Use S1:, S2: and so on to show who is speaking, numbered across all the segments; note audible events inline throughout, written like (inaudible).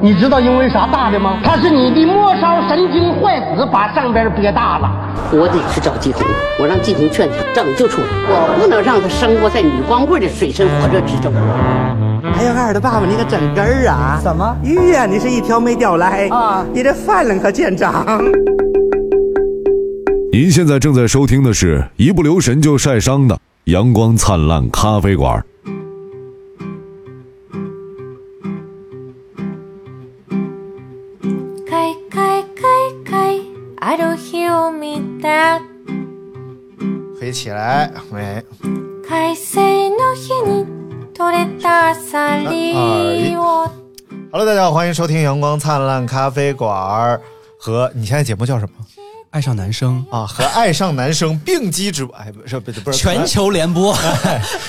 S1: 你知道因为啥大的吗？它是你的末梢神经坏死把上边憋大了。
S2: 我得去找季红，我让季红劝他拯救出来，我不能让他生活在女光棍的水深火热之中。
S3: 哎呀，二的爸爸，你可整根儿啊！
S4: 怎么
S3: 玉呀、你是一条没掉来
S4: 啊
S3: 你这饭量可见长。
S5: 您现在正在收听的是一不留神就晒伤的《阳光灿烂咖啡馆》。
S6: かいかいかいかいある日を見た
S4: 可以起来，喂，
S6: 快晴の日に取れたアサリを
S4: Hello，大家好，欢迎收听阳光灿烂咖啡馆儿和你现在节目叫什么
S7: 爱上男生，
S4: 啊？和爱上男生并机直播，哎，不是不是不是 (laughs)
S7: 全球联播，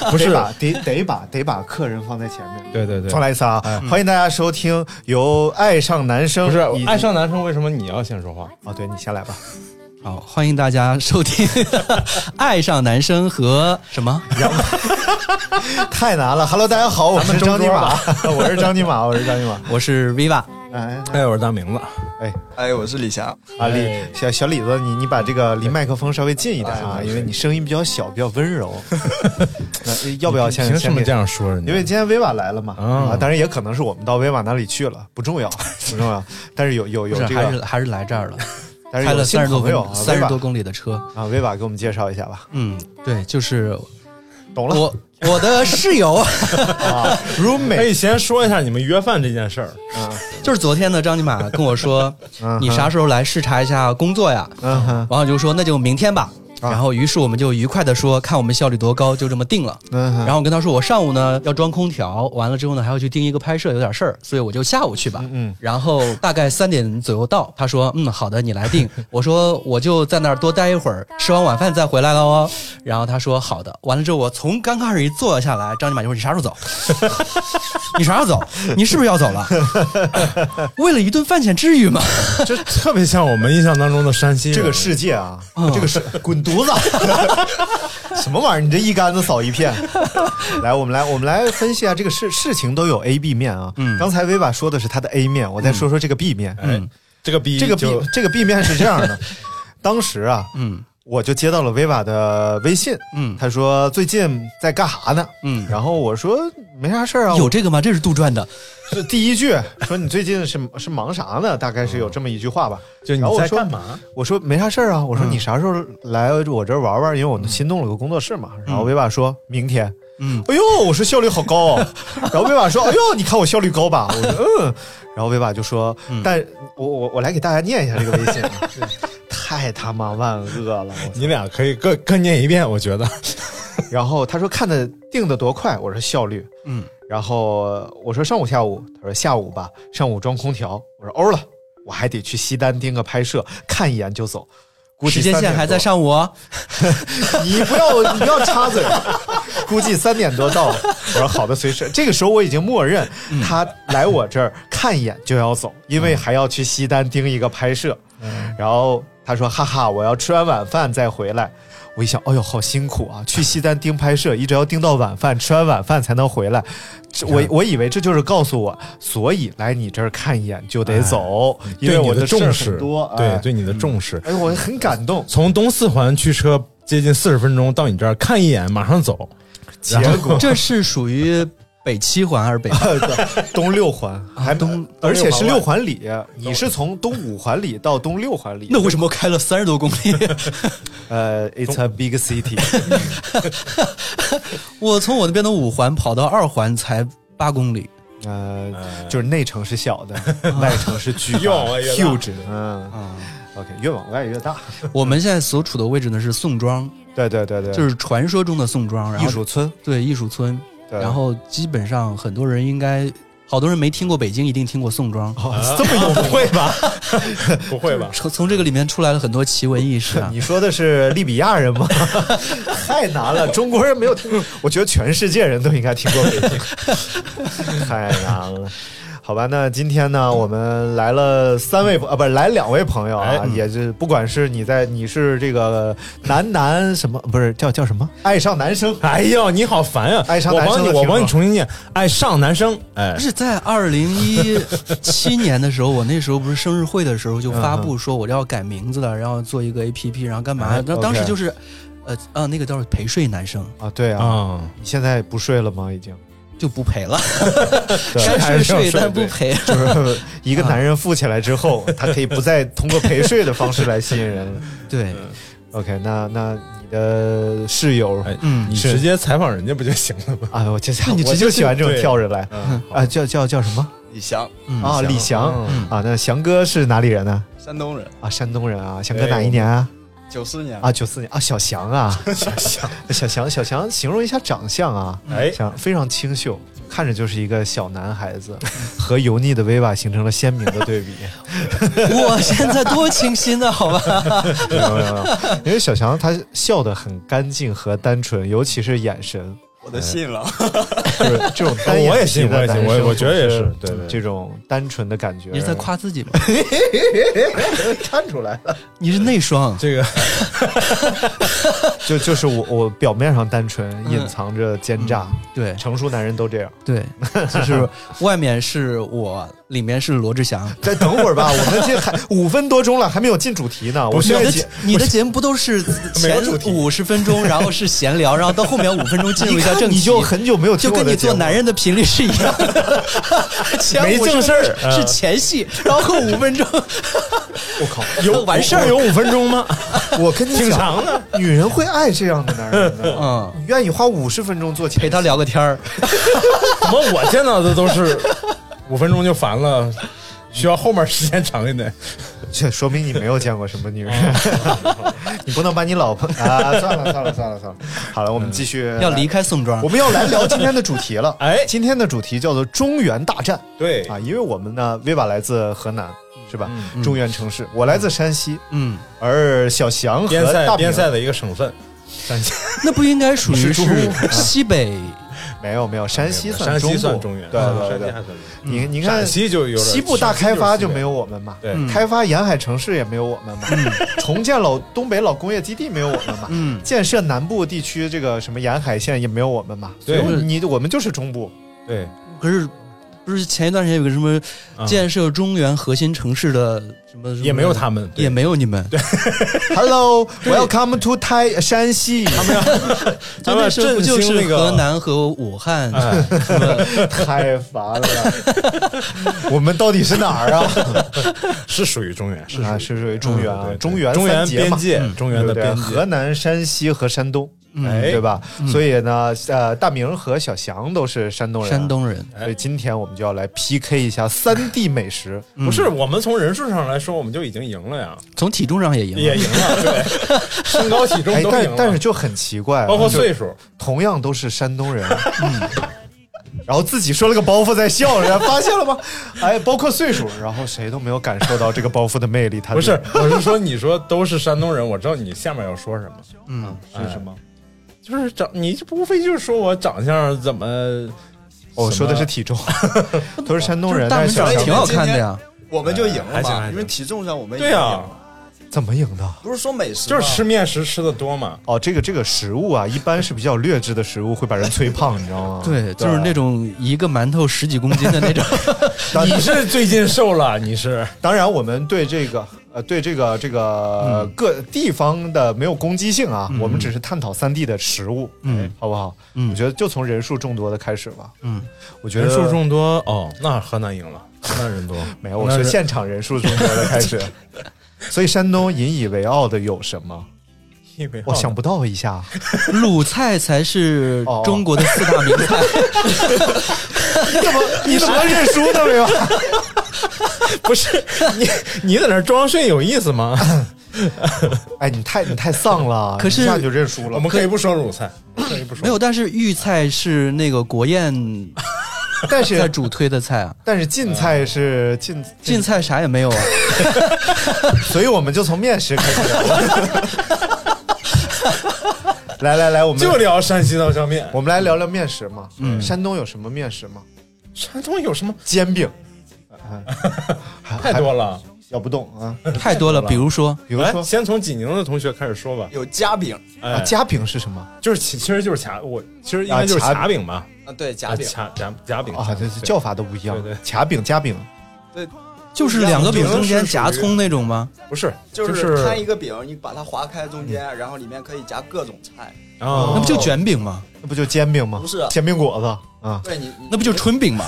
S4: 不是吧？得得把得把客人放在前面。
S8: 对对对
S4: 重，来一次啊！欢迎大家收听由爱上男生
S8: 不是
S4: 以及
S8: 爱上男生，为什么你要先说话？
S4: 哦，对你先来吧。
S7: (laughs) 好，欢迎大家收听 (laughs) 《爱上男生》和什么？
S4: (laughs) 太难了，Hello，大家好，我是张尼玛， (laughs) 我是张尼玛，我是张尼玛。
S7: 我是 Viva，
S4: 哎
S8: 哎，我是大明子，
S4: 哎
S9: 哎，我是李翔。
S4: 啊，李小小李子，你你把这个离麦克风稍微近一
S8: 哎
S4: 点啊，因为你声音比较小，比较温柔。
S8: (laughs)
S4: 那呃要不要先
S8: 凭什
S4: 先
S8: 么
S4: 给
S8: 这？样说人家？
S4: 因为今天威瓦来了嘛，
S8: 嗯
S4: 啊，当然也可能是我们到威瓦那里去了，不重要，不重要。但是有有
S7: 不
S4: 有
S7: 是，
S4: 这
S7: 还
S4: 个，
S7: 是还是来这儿了，
S4: 但是
S7: 开
S4: 有
S7: 了
S4: 新
S7: 三十多
S4: 朋友
S7: 公
S4: 啊，
S7: 三
S4: 威
S7: 十
S4: 瓦
S7: 多公里的车。
S4: 啊，威瓦给我们介绍一下吧。
S7: 嗯，对，就是
S4: 懂了
S7: 我我的室友， (laughs)
S8: (laughs)
S4: 啊
S8: 可
S4: ，roommate
S8: 以先说一下你们约饭这件事儿。
S7: 就是昨天呢，张尼玛跟我说，你啥时候来视察一下工作呀？
S4: 嗯哼
S7: 然后我就说那就明天吧。然后，于是我们就愉快的说，看我们效率多高，就这么定了。然后我跟他说，我上午呢要装空调，完了之后呢还要去盯一个拍摄，有点事儿，所以我就下午去吧。嗯。然后大概三点左右到，他说，嗯，好的，你来定。我说我就在那儿多待一会儿，吃完晚饭再回来了哦。然后他说好的。完了之后，我从刚开始一坐下来，张尼玛就说你啥时候走？ (laughs) 你啥时候走？你是不是要走了？ (laughs) 为了一顿饭钱，至于 (laughs) 吗？
S8: (laughs) 这特别像我们印象当中的山西人
S4: 这个世界啊，
S7: 嗯
S4: 这
S7: (laughs)
S4: 个是滚犊子，什么玩意儿？你这一竿子扫一片。来，我们来，我们来分析一下这个事事情都有 A、B 面啊。
S7: 嗯
S4: 刚才薇瓦说的是他的 A 面，我再说说这个 B 面。
S8: 哎，这个逼
S4: 这个 B
S8: 就
S4: 这个 B 面是这样
S7: (laughs)
S4: 的，当时啊，
S7: 嗯。
S4: 我就接到了薇瓦的微信，
S7: 嗯
S4: 他说最近在干啥呢？
S7: 嗯
S4: 然后我说没啥事儿啊，
S7: 有这个吗？这是杜撰的。
S4: 是第一句说你最近是是忙啥呢？大概是有这么一句话吧。
S8: 就你
S4: 然后我
S8: 在
S4: 说
S8: 干嘛？嗯
S4: 我说没啥事儿啊，我说你啥时候来我这儿玩玩？因为我新弄了个工作室嘛。然后
S8: 嗯
S4: 维瓦说明天。
S7: 嗯，
S4: 哎呦，我说效率好
S8: (laughs)
S4: 高哦。然后维瓦说，哎呦，你看我效率高吧？我说嗯。然后维瓦就说，
S8: 嗯
S4: 但我我我来给大家念一下这个微
S8: (laughs)
S4: 信，啊，太他妈万恶了。我
S8: 你俩可以各各念一遍，我觉得。
S4: (laughs) 然后他说看的定的多快，我说效率，
S7: 嗯，
S4: 然后我说上午下午，他说下午吧，上午装空调，我说欧了，我还得去西单盯个拍摄，看一眼就走。估计
S7: 时间
S4: 3点
S7: 线还在
S4: 多，
S7: 上午哦，
S4: 你不要你不要插嘴。 (laughs) 估计三点多到，我说好的，随时。这个时候我已经默认
S8: 嗯
S4: 他来我这儿看一眼就要走，因为还要去西单盯一个拍摄。
S8: 嗯
S4: 然后他说：“哈哈，我要吃完晚饭再回来。”我一想，哎呦，好辛苦啊！去西单盯拍摄，一直要盯到晚饭，吃完晚饭才能回来。
S8: 嗯
S4: 这我我以为这就是告诉我，所以来你这儿看一眼就得走，因为
S8: 哎嗯对你
S4: 我
S8: 的
S4: 事儿
S8: 重
S4: 很
S8: 视，
S4: 多。
S8: 对
S4: 哎
S8: 对，你的重视。
S4: 哎，我很感动。
S8: 从东四环驱车接近四十分钟到你这儿看一眼，马上走。
S4: 结
S8: 然
S4: 果
S7: 这是属于北七环还是北？
S4: 东六环，还
S7: 东
S4: 而且是六环里，你是从东五环里到东六环里。
S7: 那为什么开了三十多公里？
S4: 呃，It's a big city，
S7: (laughs) 我从我那边的五环跑到二环才八公里。
S4: 呃，就是内城是小的，外城是巨大
S8: 越往外越大
S4: huge，嗯，OK，越往外越大。
S7: 我们现在所处的位置呢是宋庄，
S4: 对对对对，
S7: 就是传说中的宋庄，然后
S4: 艺术村。
S7: 对艺术村，
S4: 对
S7: 然后基本上很多人应该，好多人没听过北京，一定听过宋庄。
S4: 哦，这么 (laughs) 有不会吧？
S8: 不会吧？
S7: 从从这个里面出来了很多奇闻
S4: (laughs)
S7: 异事啊，
S4: 你说的是利比亚人吗？ (laughs) 太难了，中国人没有 (laughs) 听过。我觉得全世界人都应该听过北京，太难了。好吧，那今天呢，我们来了三位朋啊，不是来两位朋友啊，也是不管是你在你是这个男男什么，不是叫叫什么爱上男生，
S8: 哎呦，你好烦呀、
S4: 爱上
S8: 我
S4: 男生
S8: 帮你，
S4: 的
S8: 我
S4: 听
S8: 帮你
S4: 众
S8: 重新念，爱上男生，哎
S7: 不，是在二零一七年的时候，我那时候不是生日会的时候就发布说我要改名字了，然后做一个 A P P，然后干嘛
S4: 哎？
S7: 那当时
S4: OK
S7: 就是，呃啊，那个叫陪睡男生
S4: 啊，对啊，
S8: 啊、
S4: 你现在不睡了吗？已经
S7: 就不陪了，
S4: 对
S7: (laughs) 该
S8: 还
S7: 睡
S8: 是要
S7: 睡，
S8: 睡
S7: 但不
S8: 对
S7: 陪。
S4: 就是一个
S8: 啊
S4: 男人富起来之后，他可以不再通过陪睡的方式来吸引人
S8: (laughs)
S4: 了。
S7: 对，
S4: OK，那那你的室友
S8: 哎，
S7: 嗯
S8: 你
S4: 是
S8: 直接采访人家不就行了吗？
S4: 啊，我就
S8: 你
S4: 我
S8: 直接
S4: 就喜欢这种
S8: 对
S4: 跳着来
S8: 嗯，
S4: 啊，叫叫叫什么
S9: 李翔，
S4: 啊？李翔
S8: 嗯
S4: 啊，那翔哥是哪里人呢？
S9: 山东人，
S4: 啊，山东人啊，翔哥
S8: 哎
S4: 哪一
S8: 我
S4: 年啊？
S9: 九四年
S4: 啊，，九四年啊，小
S8: (laughs)
S4: 翔啊，小翔， (laughs) 小翔，小翔，形容一下长相啊，
S8: 哎
S4: 想非常清秀，看着就是一个小男孩子，和油腻的威瓦形成了鲜明的对比。
S7: 我现在多清新啊，好吧？
S4: 没有没有没有，因为小翔他笑得很干净和单纯，尤其是眼神，
S9: (laughs) 我都信
S8: 哎
S9: 了。
S4: 就是这种单眼皮的
S8: 我也信我也信
S4: 男生
S8: 我也我觉得也
S4: 总
S8: 是对对对
S4: 这种单纯的感觉。
S7: 你是在夸自己吗？
S4: 看出来了，
S7: 你是内双，
S8: 这个
S4: 就就是我我表面上单纯，隐藏着奸诈。
S7: 对
S4: 成熟男人都这样。
S7: 对，就是外面是我，里面是罗志祥。
S4: 再等会儿吧，我们这还五分多钟了，还没有进主题
S8: 啊
S4: 呢。我需要
S7: 你
S4: 解
S7: 的你的节目不都是前五十分钟，然后是闲聊，然后到后面五分钟进入一下正题，
S4: 你就很久没有听
S7: 就
S4: 我
S7: 跟
S4: 的
S7: 你
S4: 节
S7: 做
S4: 目
S7: 男人的频率是一样的，前
S8: 没
S7: 50
S8: 正事儿
S7: 分钟是
S8: 嗯
S7: 前戏，然后后五分钟，
S4: 我靠，
S8: 有
S7: 完事儿
S8: 有五分钟吗？
S4: 我跟你
S8: 挺
S4: 讲，
S8: 长的，
S4: 女人会爱这样的男人的。
S7: 嗯，
S4: 你愿意花五十分钟做前
S7: 陪他
S4: 戏
S7: 聊个天儿，
S8: 怎么我见到的都是五分钟就烦了，需要后面时间长一点。
S4: 这说明你没有见过什么女人， (laughs) 你不能把你老婆啊，算了算了算了算了， (laughs) 好了，我们继续
S7: 要离，开宋庄
S4: 我。们要来聊今天的主题了。
S8: 哎
S4: 今天的主题叫做中原大战
S8: 对
S4: 啊，因为我们呢，威瓦来自河南，是吧？嗯中原城市，我来自山西，
S7: 嗯，
S4: 而小翔和
S8: 边
S4: 大
S8: 塞
S4: 饼
S8: 边塞的一个省份，山西
S7: 那不应该属
S4: 是
S7: 于
S4: 中
S7: 是西北
S8: 啊
S4: 没有没有，山西
S8: 山
S4: 中
S8: 西
S4: 部
S8: 算中原，
S4: 对
S7: 嗯
S8: 啊
S4: 对
S8: 山西
S4: 对
S8: 还算，中原
S4: 你你看
S8: 陕西就有点
S4: 西部大开发就没有我们嘛，
S8: 对
S7: 嗯
S4: 开发沿海城市也没有我们嘛，重建老东北老工业基地没有我们嘛，
S7: 嗯
S4: 建设南部地区这个什么沿海线也没有我们嘛，
S8: 对
S4: 所以你我们就是中部，
S8: 对
S7: 可是不是前一段时间有个什么
S8: 啊
S7: 建设中原核心城市的什么，什么
S8: 也没有他们对
S7: 也没有你们， (laughs)
S4: Hello, welcome to 台山西。
S7: 就
S8: 他们
S7: 那时候不就
S8: 振兴
S7: 是
S8: 那个
S7: 河南和武汉？
S8: 哎 (laughs)
S4: 太烦了， (laughs) 我们到底是哪儿啊？
S8: (laughs) 是属于中原，是
S4: 啊，是属于中原啊
S8: 对对，对
S4: 中原
S8: 中原
S4: 三杰
S8: 边
S4: 嘛
S8: 界，中原的
S4: 对
S8: 边
S4: 不对河
S8: 界，哎
S4: 南、山西和山东，
S7: 嗯
S4: 对吧？所以呢，呃，大明和小翔都是山东人，啊
S7: 山。东人，
S8: 哎
S4: 所以今天我们就要来 PK 一下三地美食。
S8: 不是我们从人数上来说，我们就已经赢了呀，
S7: 嗯从体重上也赢
S8: 也
S7: 了。
S8: 赢了，对，身高体重
S4: 哎，
S8: 都赢
S4: 但
S8: 了，
S4: 但是就很奇怪，
S8: 包括
S4: 就
S8: 岁数，
S4: 同样都是山东人，嗯然后自己说了个包袱在笑，然后发现了
S8: (laughs)
S4: 吗？哎，包括岁数，然后谁都没有感受到这个包袱的魅力。他
S8: 不是，我是说你说都是山东人，我知道你下面要说什么，啊哎
S7: 嗯，
S4: 是什么？
S8: 就是长你这不无非就是说我长相怎么。什
S4: 我哦说
S8: 么
S4: 的是体重， (laughs) 都是山东人，
S7: 大
S4: 但
S7: 明
S4: 是小
S7: 长得
S8: 哎
S4: 翔
S7: 挺好看的呀，
S9: 我们就赢
S8: 还
S9: 了
S8: 哎行还
S9: 嘛，
S8: 行
S9: 因为体重上我们
S8: 对
S9: 呀、
S8: 啊
S4: 怎么赢的？
S9: 不是说美食
S8: 就
S9: 吗，
S8: 是吃面食吃的多嘛，
S4: 哦，这个这个食物啊，一般是比较劣质的食物会把人催胖，你知道吗？
S8: 啊
S7: 对，就是那种一个馒头十几公斤的那种。
S8: (laughs)
S4: 当
S8: 你是最近瘦了，你是
S4: 当然，我们对这个呃，对这个这个、各地方的没有攻击性啊，我们只是探讨三地的食物，嗯，好不好？嗯，我觉得就从人数众多的开始吧。嗯，我觉得
S8: 人数众多哦，那河南赢了，河南人多
S4: 没有，我说现场人数众多的开 (laughs) 始。所以山东引以为傲的有什么？我想不到一下，
S7: 鲁菜才是
S4: 哦
S7: 中国的四大名菜，
S8: 哦
S4: 怎 (laughs) 么你怎么认输的没有？
S8: 不是 (laughs) 你你在那儿装睡有意思吗？
S4: 哎，你太你太丧了，
S7: 可是
S4: 一下就认输了。
S8: 我们可以不说鲁菜，可以不说
S7: 没有，但是豫菜是那个国宴
S8: (laughs)
S4: 但
S7: 在
S4: 是
S7: 主推的菜啊，
S4: 但是晋菜是晋
S7: 晋，菜啥也没有啊。
S4: 所以我们就从面食开始聊。来来来，我们
S8: (laughs) 就聊山西刀削面。
S4: 我们来聊聊面食嘛。嗯，山东有什么面食吗？
S8: 山东有什么
S4: 煎饼，
S8: 嗯
S4: 啊
S8: (laughs) 太多了。
S4: 咬不动啊。
S7: 太多
S8: (laughs)
S7: 了。比如说，
S4: 比如说
S8: 来，先从济宁的同学开始说吧。
S9: 有夹饼
S8: 哎
S4: 啊，，夹饼是什么
S8: 就是其其实就是夹，我其实应该就是
S4: 啊夹
S8: 夹饼吧，
S9: 啊，对，夹
S8: 啊
S9: 饼，
S8: 夹夹夹饼
S4: 啊？这是
S8: 对
S4: 叫法都不一样
S8: 对对，
S4: 夹饼夹饼
S9: 对，
S7: 就是两个饼中间夹葱那种吗？
S8: 不是，
S9: 就是是摊一个饼，你把它划开中间，然后里面可以夹各种菜。
S8: 啊，
S4: 哦
S7: 那不就卷饼吗？
S4: 那不就煎饼吗？
S9: 不是
S4: 煎饼果子啊，
S9: 对你，你
S7: 那不就春饼
S4: (laughs)
S7: 吗？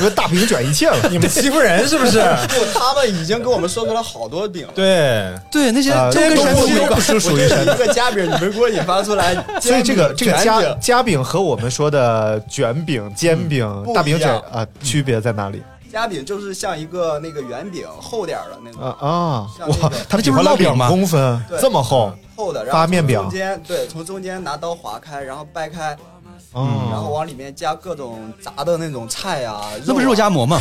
S4: 因为大饼卷一切
S8: (laughs)
S4: 了。
S8: 你
S4: (laughs)
S8: 们欺负人是不是？
S9: 不，他们已经给我们说出了好多饼了。
S8: 对，
S7: (laughs) 对，那些
S4: 啊
S7: 都跟
S4: 这些
S7: 山
S4: 都
S7: 西
S4: 不
S7: (laughs)
S4: 不是属于
S9: 一个夹饼，你没给我引发出来。
S4: 所以这个这个
S9: 煎饼
S4: 夹
S9: 卷饼
S4: 夹饼和我们说的卷饼、煎饼、
S8: 嗯
S9: 不
S4: 大饼
S9: 一
S4: 卷
S9: 样
S4: 啊，区别在哪里？
S9: 夹饼就是像一个那个圆饼厚点儿的那种、
S4: 啊啊！
S9: 像那
S4: 哇
S9: 个，
S4: 它
S7: 那就是
S4: 比划了
S7: 烙饼嘛
S4: 两公分，
S9: 对
S4: 这么厚
S9: 厚的，然后
S4: 发面饼
S9: 从中间对，从中间拿刀划开，然后掰开，
S8: 嗯
S9: 然后
S4: 哦
S9: 往里面加各种炸的那种菜呀、啊，
S7: 那不是
S9: 肉
S7: 肉
S9: 啊
S7: 夹馍吗？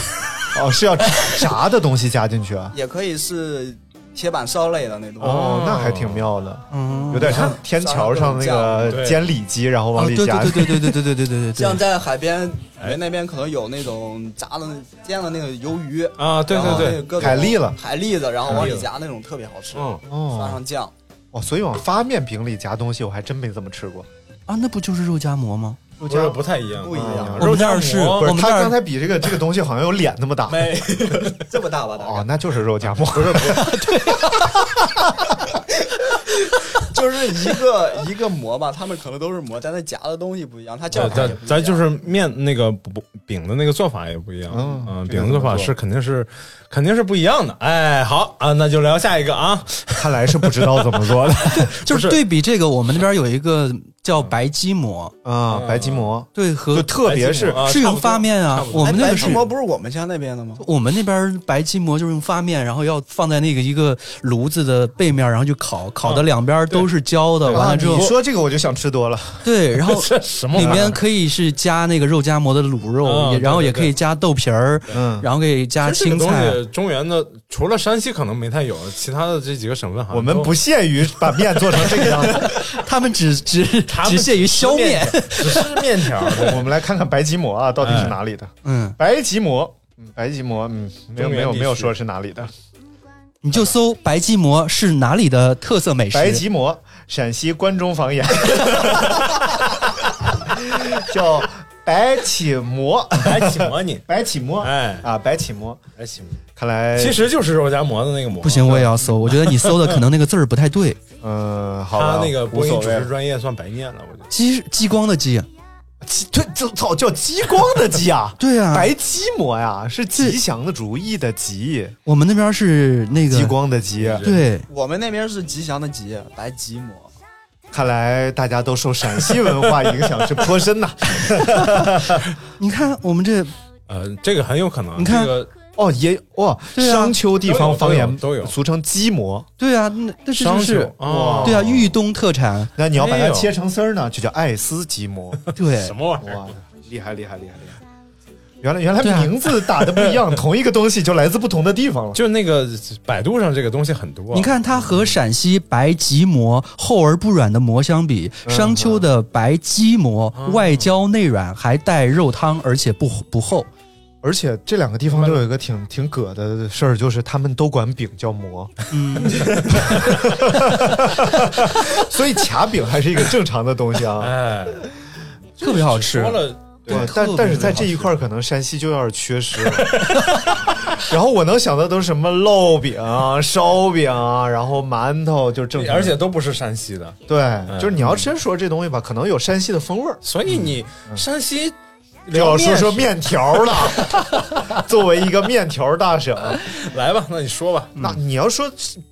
S4: 哦，是要炸的东西加进去啊？
S9: 也可以是铁板烧类的那种。
S4: 哦，那还挺妙的，
S7: 嗯
S4: 有点像天桥上那
S9: (laughs)
S8: 上各
S4: 个
S8: 种酱
S4: 煎里脊，然后
S7: 啊，
S4: 往里
S7: 对
S8: 哦
S7: 对
S4: 夹。
S7: 对对对对对对对对对
S9: 像
S7: 对。
S9: 在海边，哎，那边可能有那种炸的、煎的那个鱿鱼
S8: 啊对对
S9: 然后
S8: 对
S9: 那个各种
S4: 海蛎了
S9: 海蛎子，然后往
S8: 海蛎
S9: 里
S8: 子
S9: 夹那种特别好吃，
S8: 嗯，
S9: 刷
S4: 哦
S9: 上酱。
S4: (laughs) 哦，所以往发面饼里夹东西，我还真没这么吃过。
S7: 啊，那不就是肉夹馍吗？
S8: 不是不太一样，
S9: 不一样
S8: 嗯肉夹
S7: 我们这儿是
S8: 馍
S4: 不
S7: 不是
S4: 是，
S7: 我们
S4: 他
S7: 这儿
S4: 刚才比这个这个东西好像有脸那么大。 (laughs)
S8: 没，
S9: 这么大吧？大概、
S4: 哦，那就是肉夹馍，不是
S9: 就是一个一个馍吧，他们可能都是馍，但它夹的东西不一样，它叫
S8: 咱
S9: 法也
S8: 咱
S9: 不一样
S8: 咱就是面那个不不饼的那个做法也不一样，
S4: 嗯
S8: 嗯，
S4: 这个
S8: 饼的做
S4: 怎么
S8: 法
S4: 做
S8: 是肯定是肯定是不一样的。哎，好啊，那就聊下一个啊，
S4: 看来是不知道怎么
S8: (laughs)
S4: 做的
S7: 就是
S8: 不是
S7: 对比这个，我们那边有一个叫白鸡馍，
S4: 啊。
S8: 嗯
S4: 白吉馍
S7: 对，
S4: 就
S7: 和
S4: 特别是
S8: 白吉馍啊
S7: 是
S8: 差不
S7: 用
S8: 多
S7: 发面啊
S8: 差不，多
S7: 我们那
S9: 哎
S7: 个
S9: 白
S7: 是
S9: 吉馍不是我们家那边的吗？
S7: 我们那边白吉馍就是用发面，然后要放在那个一个炉子的背面，然后就烤，烤
S8: 嗯
S7: 的两边都是焦的。完
S4: 啊，
S7: 了之后
S4: 你，说这个我就想吃多了。
S8: 啊
S7: 对，然后
S8: (laughs) 这什么玩
S7: 里
S8: 意儿
S7: 面可以是加那个肉夹馍的卤肉，
S8: 嗯
S7: 也然后
S8: 对对
S7: 也可以加豆皮儿，
S4: 嗯，
S7: 然后可以加
S8: 其实
S7: 青
S8: 这个
S7: 菜。
S8: 东西中原的除了山西可能没太有，其他的这几个省份好像
S4: 我们
S8: 都
S4: 不屑于把面做成这个样子。
S7: (laughs) 他们只只
S8: 们
S7: 只限于削面。
S8: 只 (laughs) 是面条，哎对
S4: (laughs) 我们来看看白吉馍啊，到底是哪里的？
S7: 嗯，
S4: 白吉馍，嗯白吉馍，嗯，没有
S8: 中原
S4: 没有
S8: 地区
S4: 没有说是哪里的。
S7: 你就搜白吉馍是哪里的特色美食。
S4: 白吉馍，陕西关
S8: (laughs)
S4: 中方言，叫白起馍，
S8: 白起馍你，
S4: (laughs) 白起馍，
S8: 哎
S4: 啊，白起馍，
S8: 白起馍，
S4: 看来
S8: 其实就是肉夹馍的那个馍，
S7: 不行，我也要搜。我觉得你搜的可能那个字儿不太
S8: (laughs)
S7: 对，
S4: 嗯，好吧
S8: 他，那个
S4: 无
S8: 播音
S4: 所
S8: 主
S4: 谓
S8: 持。专业算白念了，我觉得。
S7: 激激光的啊激。，
S4: 鸡这这早叫激光的激
S9: (laughs)
S4: 啊
S7: 对啊，
S4: 白鸡馍呀，是吉祥的如意的吉，
S7: 我们那边是那个
S4: 激。光的激。
S7: 对，
S9: 我们那边是吉祥的吉，白吉馍。
S4: 看来大家都受陕西文化影响是颇深呐。 (laughs)
S7: 你看我们这
S8: 呃，这个很有可能。
S7: 你看
S8: 这个
S4: 哦，也哇，
S7: 对啊
S4: 商丘地
S8: 都
S4: 方
S8: 有
S4: 方言
S8: 都有都有
S4: 俗称鸡馍。
S7: 对啊，那那是
S8: 商
S7: 就
S8: 丘
S7: 是
S8: 啊，
S7: 对啊，豫东特产，
S4: 那你要把
S8: 哎
S4: 它
S8: 呦
S4: 切成丝儿呢，就叫爱斯
S9: (laughs)
S4: 鸡馍。
S7: 对
S8: 什，么玩意儿？
S4: 哇，厉害厉害厉害厉害！原来原来
S7: 啊
S4: 名字打的不一
S9: (laughs)
S4: 样，同一个东西就来自不同的地方了。
S8: 就那个百度上这个东西很多。
S7: 你，看它和陕西白吉馍厚而不软的馍相比，
S8: 嗯
S7: 商丘的白鸡馍外焦内软，还带肉汤，而且不不厚。
S4: 而且这两个地方都有一个挺挺葛的事儿，就是他们都管饼叫馍，
S7: 嗯，
S4: (laughs) 所以卡饼还是一个正常的东西啊。
S8: 哎，
S7: 特别好吃
S8: 说。了，
S4: 对，
S7: 特
S4: 但
S7: 别
S4: 但是在这一块儿，可能山西就有点缺失了。然后我能想到都是什么烙饼、啊、烧饼，啊，然后馒头，就是正常的。
S8: 而且都不是山西的，
S4: 对，就是你要真说这东西吧，可能有山西的风味儿。
S8: 所以你
S4: 嗯
S8: 山西
S4: 就要说说
S8: 食
S4: 面条了， (laughs) 作为一个面条大省，
S8: 来吧，那你说吧。
S4: 那你要说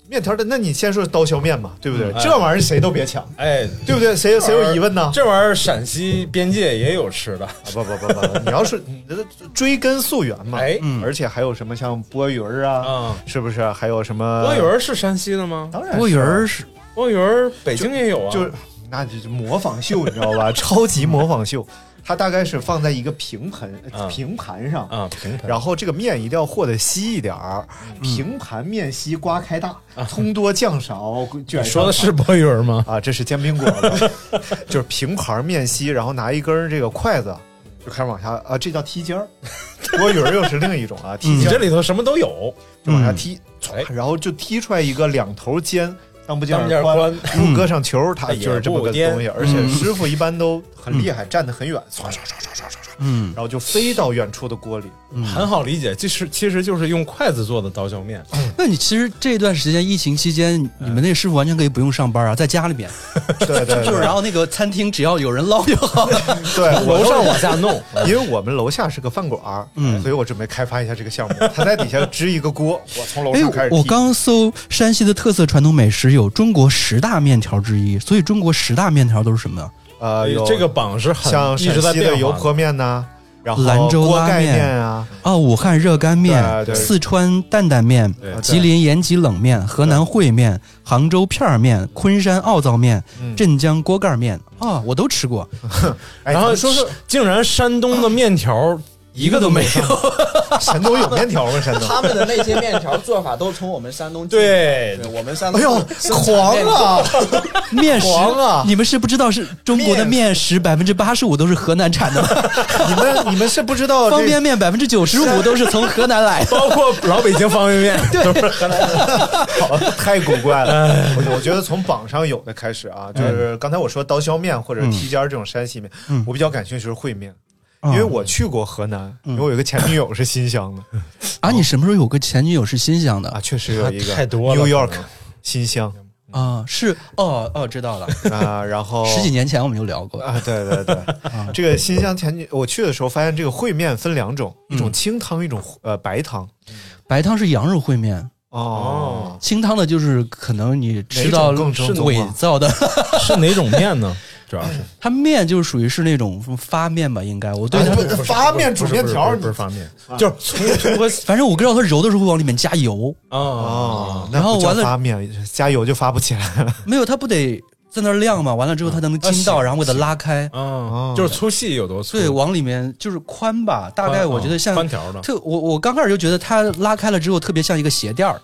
S4: 面条的，那你先说刀削面吧，对不对？
S8: 嗯哎
S4: 这玩意儿谁都别抢，
S8: 哎，
S4: 对不对？谁谁有疑问呢？啊
S8: 这玩意儿陕西边界也有吃的，
S4: 不不不不，不你要是追根溯源嘛，
S8: 哎
S4: 而且还有什么像钵盂儿啊
S8: 嗯，
S4: 是不是？还有什么
S8: 波鱼？儿是山西的吗？
S4: 呃当然，啊
S7: 波鱼儿，是
S8: 波鱼儿北京也有啊，
S4: 就是那就是模仿秀，你知道
S8: (laughs)
S4: 吧？超级模仿秀，它大概是放在一个平盆
S8: 嗯
S4: 平盘上
S8: 啊平嗯盆
S4: 然后这个面一定要和的稀一点儿，平盘面稀，刮开大，葱多酱少，卷
S8: 嗯
S4: 上
S8: 说的是波鱼儿吗？
S4: 啊，这是煎饼果
S8: (laughs)
S4: 子，就是
S8: (laughs)
S4: 平盘面稀，然后拿一根儿这个筷子就开始往下啊，这叫踢尖儿，不过鱼儿又是另一种啊，提
S7: 嗯
S8: 你
S4: 筋
S8: 嗯这里头什么都有，
S4: 就往下踢，唰
S8: 哎
S4: 然后就踢出来一个两头尖。当不尖
S8: 当不尖
S4: 儿
S8: 儿
S4: 宽
S8: 宽，
S4: 如搁上球，它
S8: 哎
S4: 就是这么个
S8: 也不
S4: 东西。
S8: 颠嗯
S4: 而且师傅一般都很厉害，站得很远，唰唰唰唰唰唰唰，
S7: 嗯
S4: 然后就飞到远处的锅里。
S8: 很好理解。其实其实就是用筷子做的刀削面，
S7: 嗯
S8: 嗯
S7: 那你其实这段时间疫情期间，你们那师傅完全可以不用上班啊，在家
S8: (laughs)
S7: 里边，
S4: 对对对，
S7: 就是然后那个餐厅只要有人捞就
S8: (laughs)
S7: 好了。
S4: 对
S7: (laughs)
S8: 楼上往下弄，
S4: 因为我们楼下是个饭馆儿，
S7: 嗯
S4: 所以我准备开发一下这个项目。他在底下支一个锅，我从楼
S7: 哎
S4: 上开始，踢。
S7: 我刚搜山西的特色传统美食有中国十大面条之一，所以中国十大面条都是什么呀？
S4: 呃有
S8: 哎这个榜是很
S4: 像
S8: 一
S4: 陕
S8: 直在
S4: 西
S8: 变
S4: 的
S8: 化嗯
S4: 油泼面呐，然后
S7: 兰州
S4: 锅
S7: 拉
S4: 盖
S7: 面
S4: 面啊，
S7: 啊，武汉热干面、
S4: 对对
S7: 四川担担面、
S9: 啊
S8: 对
S7: 吉林延吉冷面、河南烩面、杭州片儿面、昆山鏊糟面、镇江锅盖面啊，我都吃过，
S4: 哎
S8: 然后
S4: 咱
S8: 说是竟然山东的面
S9: (laughs)
S8: 条一个都没有，
S4: (laughs) 山东有面条吗？山东。
S9: 他们的那些面条做法都从我们山东进来的，
S8: 对，
S9: 对我们山东
S4: 哎呦，狂啊！
S7: (laughs) 面食
S4: 狂啊
S7: 你们是不知道是中国的面食百分之八十五都是河南产的吗？
S4: 你们你们是不知道
S7: 方便
S4: 哦这，
S7: 面百分之九十五都是从河南来的。
S8: 包括老北京方便
S4: (laughs)
S8: 面 (laughs) 都是河南的。
S4: 好太古怪了。
S8: 哎
S4: 我我觉得从榜上有的开始啊，就是刚才我说刀削面或者
S8: 嗯
S4: 踢尖儿这种山西面，我比较感兴趣是烩面，
S7: 啊
S8: 啊
S4: 因为我去过河南，
S8: 嗯
S4: 因为我有个前女友是新乡的。
S7: 啊，你什么时候有个前女友是新乡的
S4: 啊，确
S8: (laughs)
S4: 实有一个
S8: 太多了
S4: New
S8: 可
S4: York
S8: 能
S4: 新乡
S7: 啊？是哦哦，知道了，
S4: 啊，然后
S8: (laughs)
S7: 十几年前我们就聊过。
S4: (laughs) 啊，对对对，这个新乡前女我去的时候发现这个烩面分两种，一种清汤，一种呃白汤。
S7: 白汤是羊肉烩面，
S4: 哦，
S7: 清汤的就是可能你吃
S4: 哪
S7: 到
S4: 种更正宗啊
S7: 伪造的，
S8: 是哪种面呢？主要是
S7: 它面就是属于是那种发面吧，应该我对它
S4: 啊，不发面煮
S8: 不是
S4: 面条啊
S8: 不是不是不是发面，就是从从和
S7: 反正我知道它揉的时候会往里面加油，
S8: 啊，
S4: 哦，那
S7: 然后
S4: 不叫
S7: 完了
S4: 发面加油就发不起来了。
S7: 没有它不得在那儿晾嘛，完了之后它能筋道，
S8: 啊
S7: 然后给它拉开，
S8: 嗯，就是粗细有多粗？
S7: 对，往里面就是宽吧，大概我觉得像
S8: 宽条的
S7: 特我我刚开始就觉得它拉开了之后特别像一个鞋垫儿，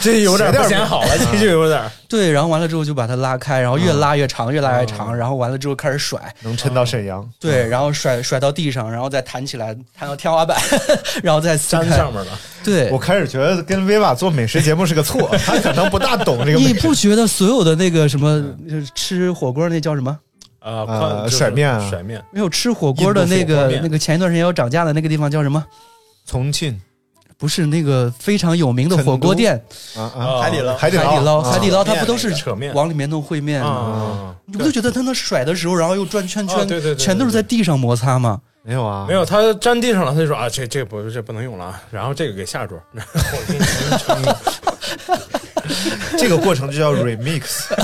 S8: 这有点不啊显 (laughs) 好了，这就有点儿
S7: 对，然后完了之后就把它拉开，然后
S8: 啊
S7: 越拉越长，越拉越
S8: 哦
S7: 长，然后完了之后开始甩，
S4: 能抻到沈阳，
S8: 嗯
S7: 对，然后甩甩到地上，然后再弹起来，弹到天花板， (laughs) 然后再撕
S8: 粘
S7: 开
S8: 上。面了。
S7: 对
S4: 我，开始觉得跟薇瓦做美食节目是个错，他可能不大懂这个美
S7: 你
S4: 食。
S7: 不觉得所有的那个什么呃吃火锅那叫什么？
S8: 啊，
S4: 呃
S8: 宽就是
S4: 甩面啊
S8: 甩面，
S7: 没有吃火锅的那
S8: 印度火锅
S7: 个
S8: 面
S7: 那个前一段时间要涨价的那个地方叫什么？
S4: 重庆
S7: 不是那个非常有名的火锅店
S4: 啊
S8: 啊
S4: 啊，
S9: 海底捞
S4: 海
S7: 哦海
S4: 底
S7: 底
S4: 捞啊
S7: 捞，海底捞它
S9: 面
S7: 不都是
S9: 那
S8: 扯哦面
S7: 往里面弄烩面吗？
S8: 啊，
S7: 你不就觉得它那甩的时候，然后又转圈圈，
S8: 啊对对对对
S7: 全都是在地上摩擦吗？
S4: 没有啊，
S8: 没有，他粘地上了，他就说啊，这这不这不能用了啊，然后这个给下桌， (laughs) 然后我给你盛一个
S4: 这个过程就叫 remix，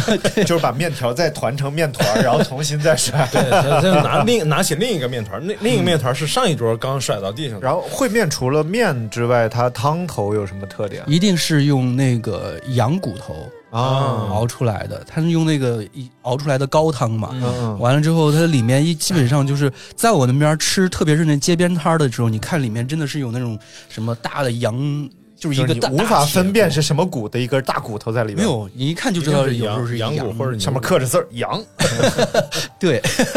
S4: 就是把面条再团成面团儿，然后重新再甩。
S8: 对， (laughs) 他他拿另拿起另一个面团，那另一个面团是上一桌刚甩到地上的，
S4: 然后烩面除了面之外，它汤头有什么特点
S7: 一定是用那个羊骨头
S4: 啊？
S7: 熬出来的，它是用那个一熬出来的高汤嘛。
S4: 嗯
S7: 完了之后，它里面一基本上就是在我那边吃，特别是那街边摊儿的时候，你看里面真的是有那种什么大的羊，就是
S4: 就是
S7: 一个
S4: 你
S7: 大
S4: 无法分。
S7: 大
S4: 辨
S7: 铁
S4: 是什么骨的一根大骨头在里
S7: 没
S4: 面，
S7: 有，你一看就知道有时候是
S8: 羊骨或者牛
S4: 上面刻着字儿“羊
S7: 对， (laughs)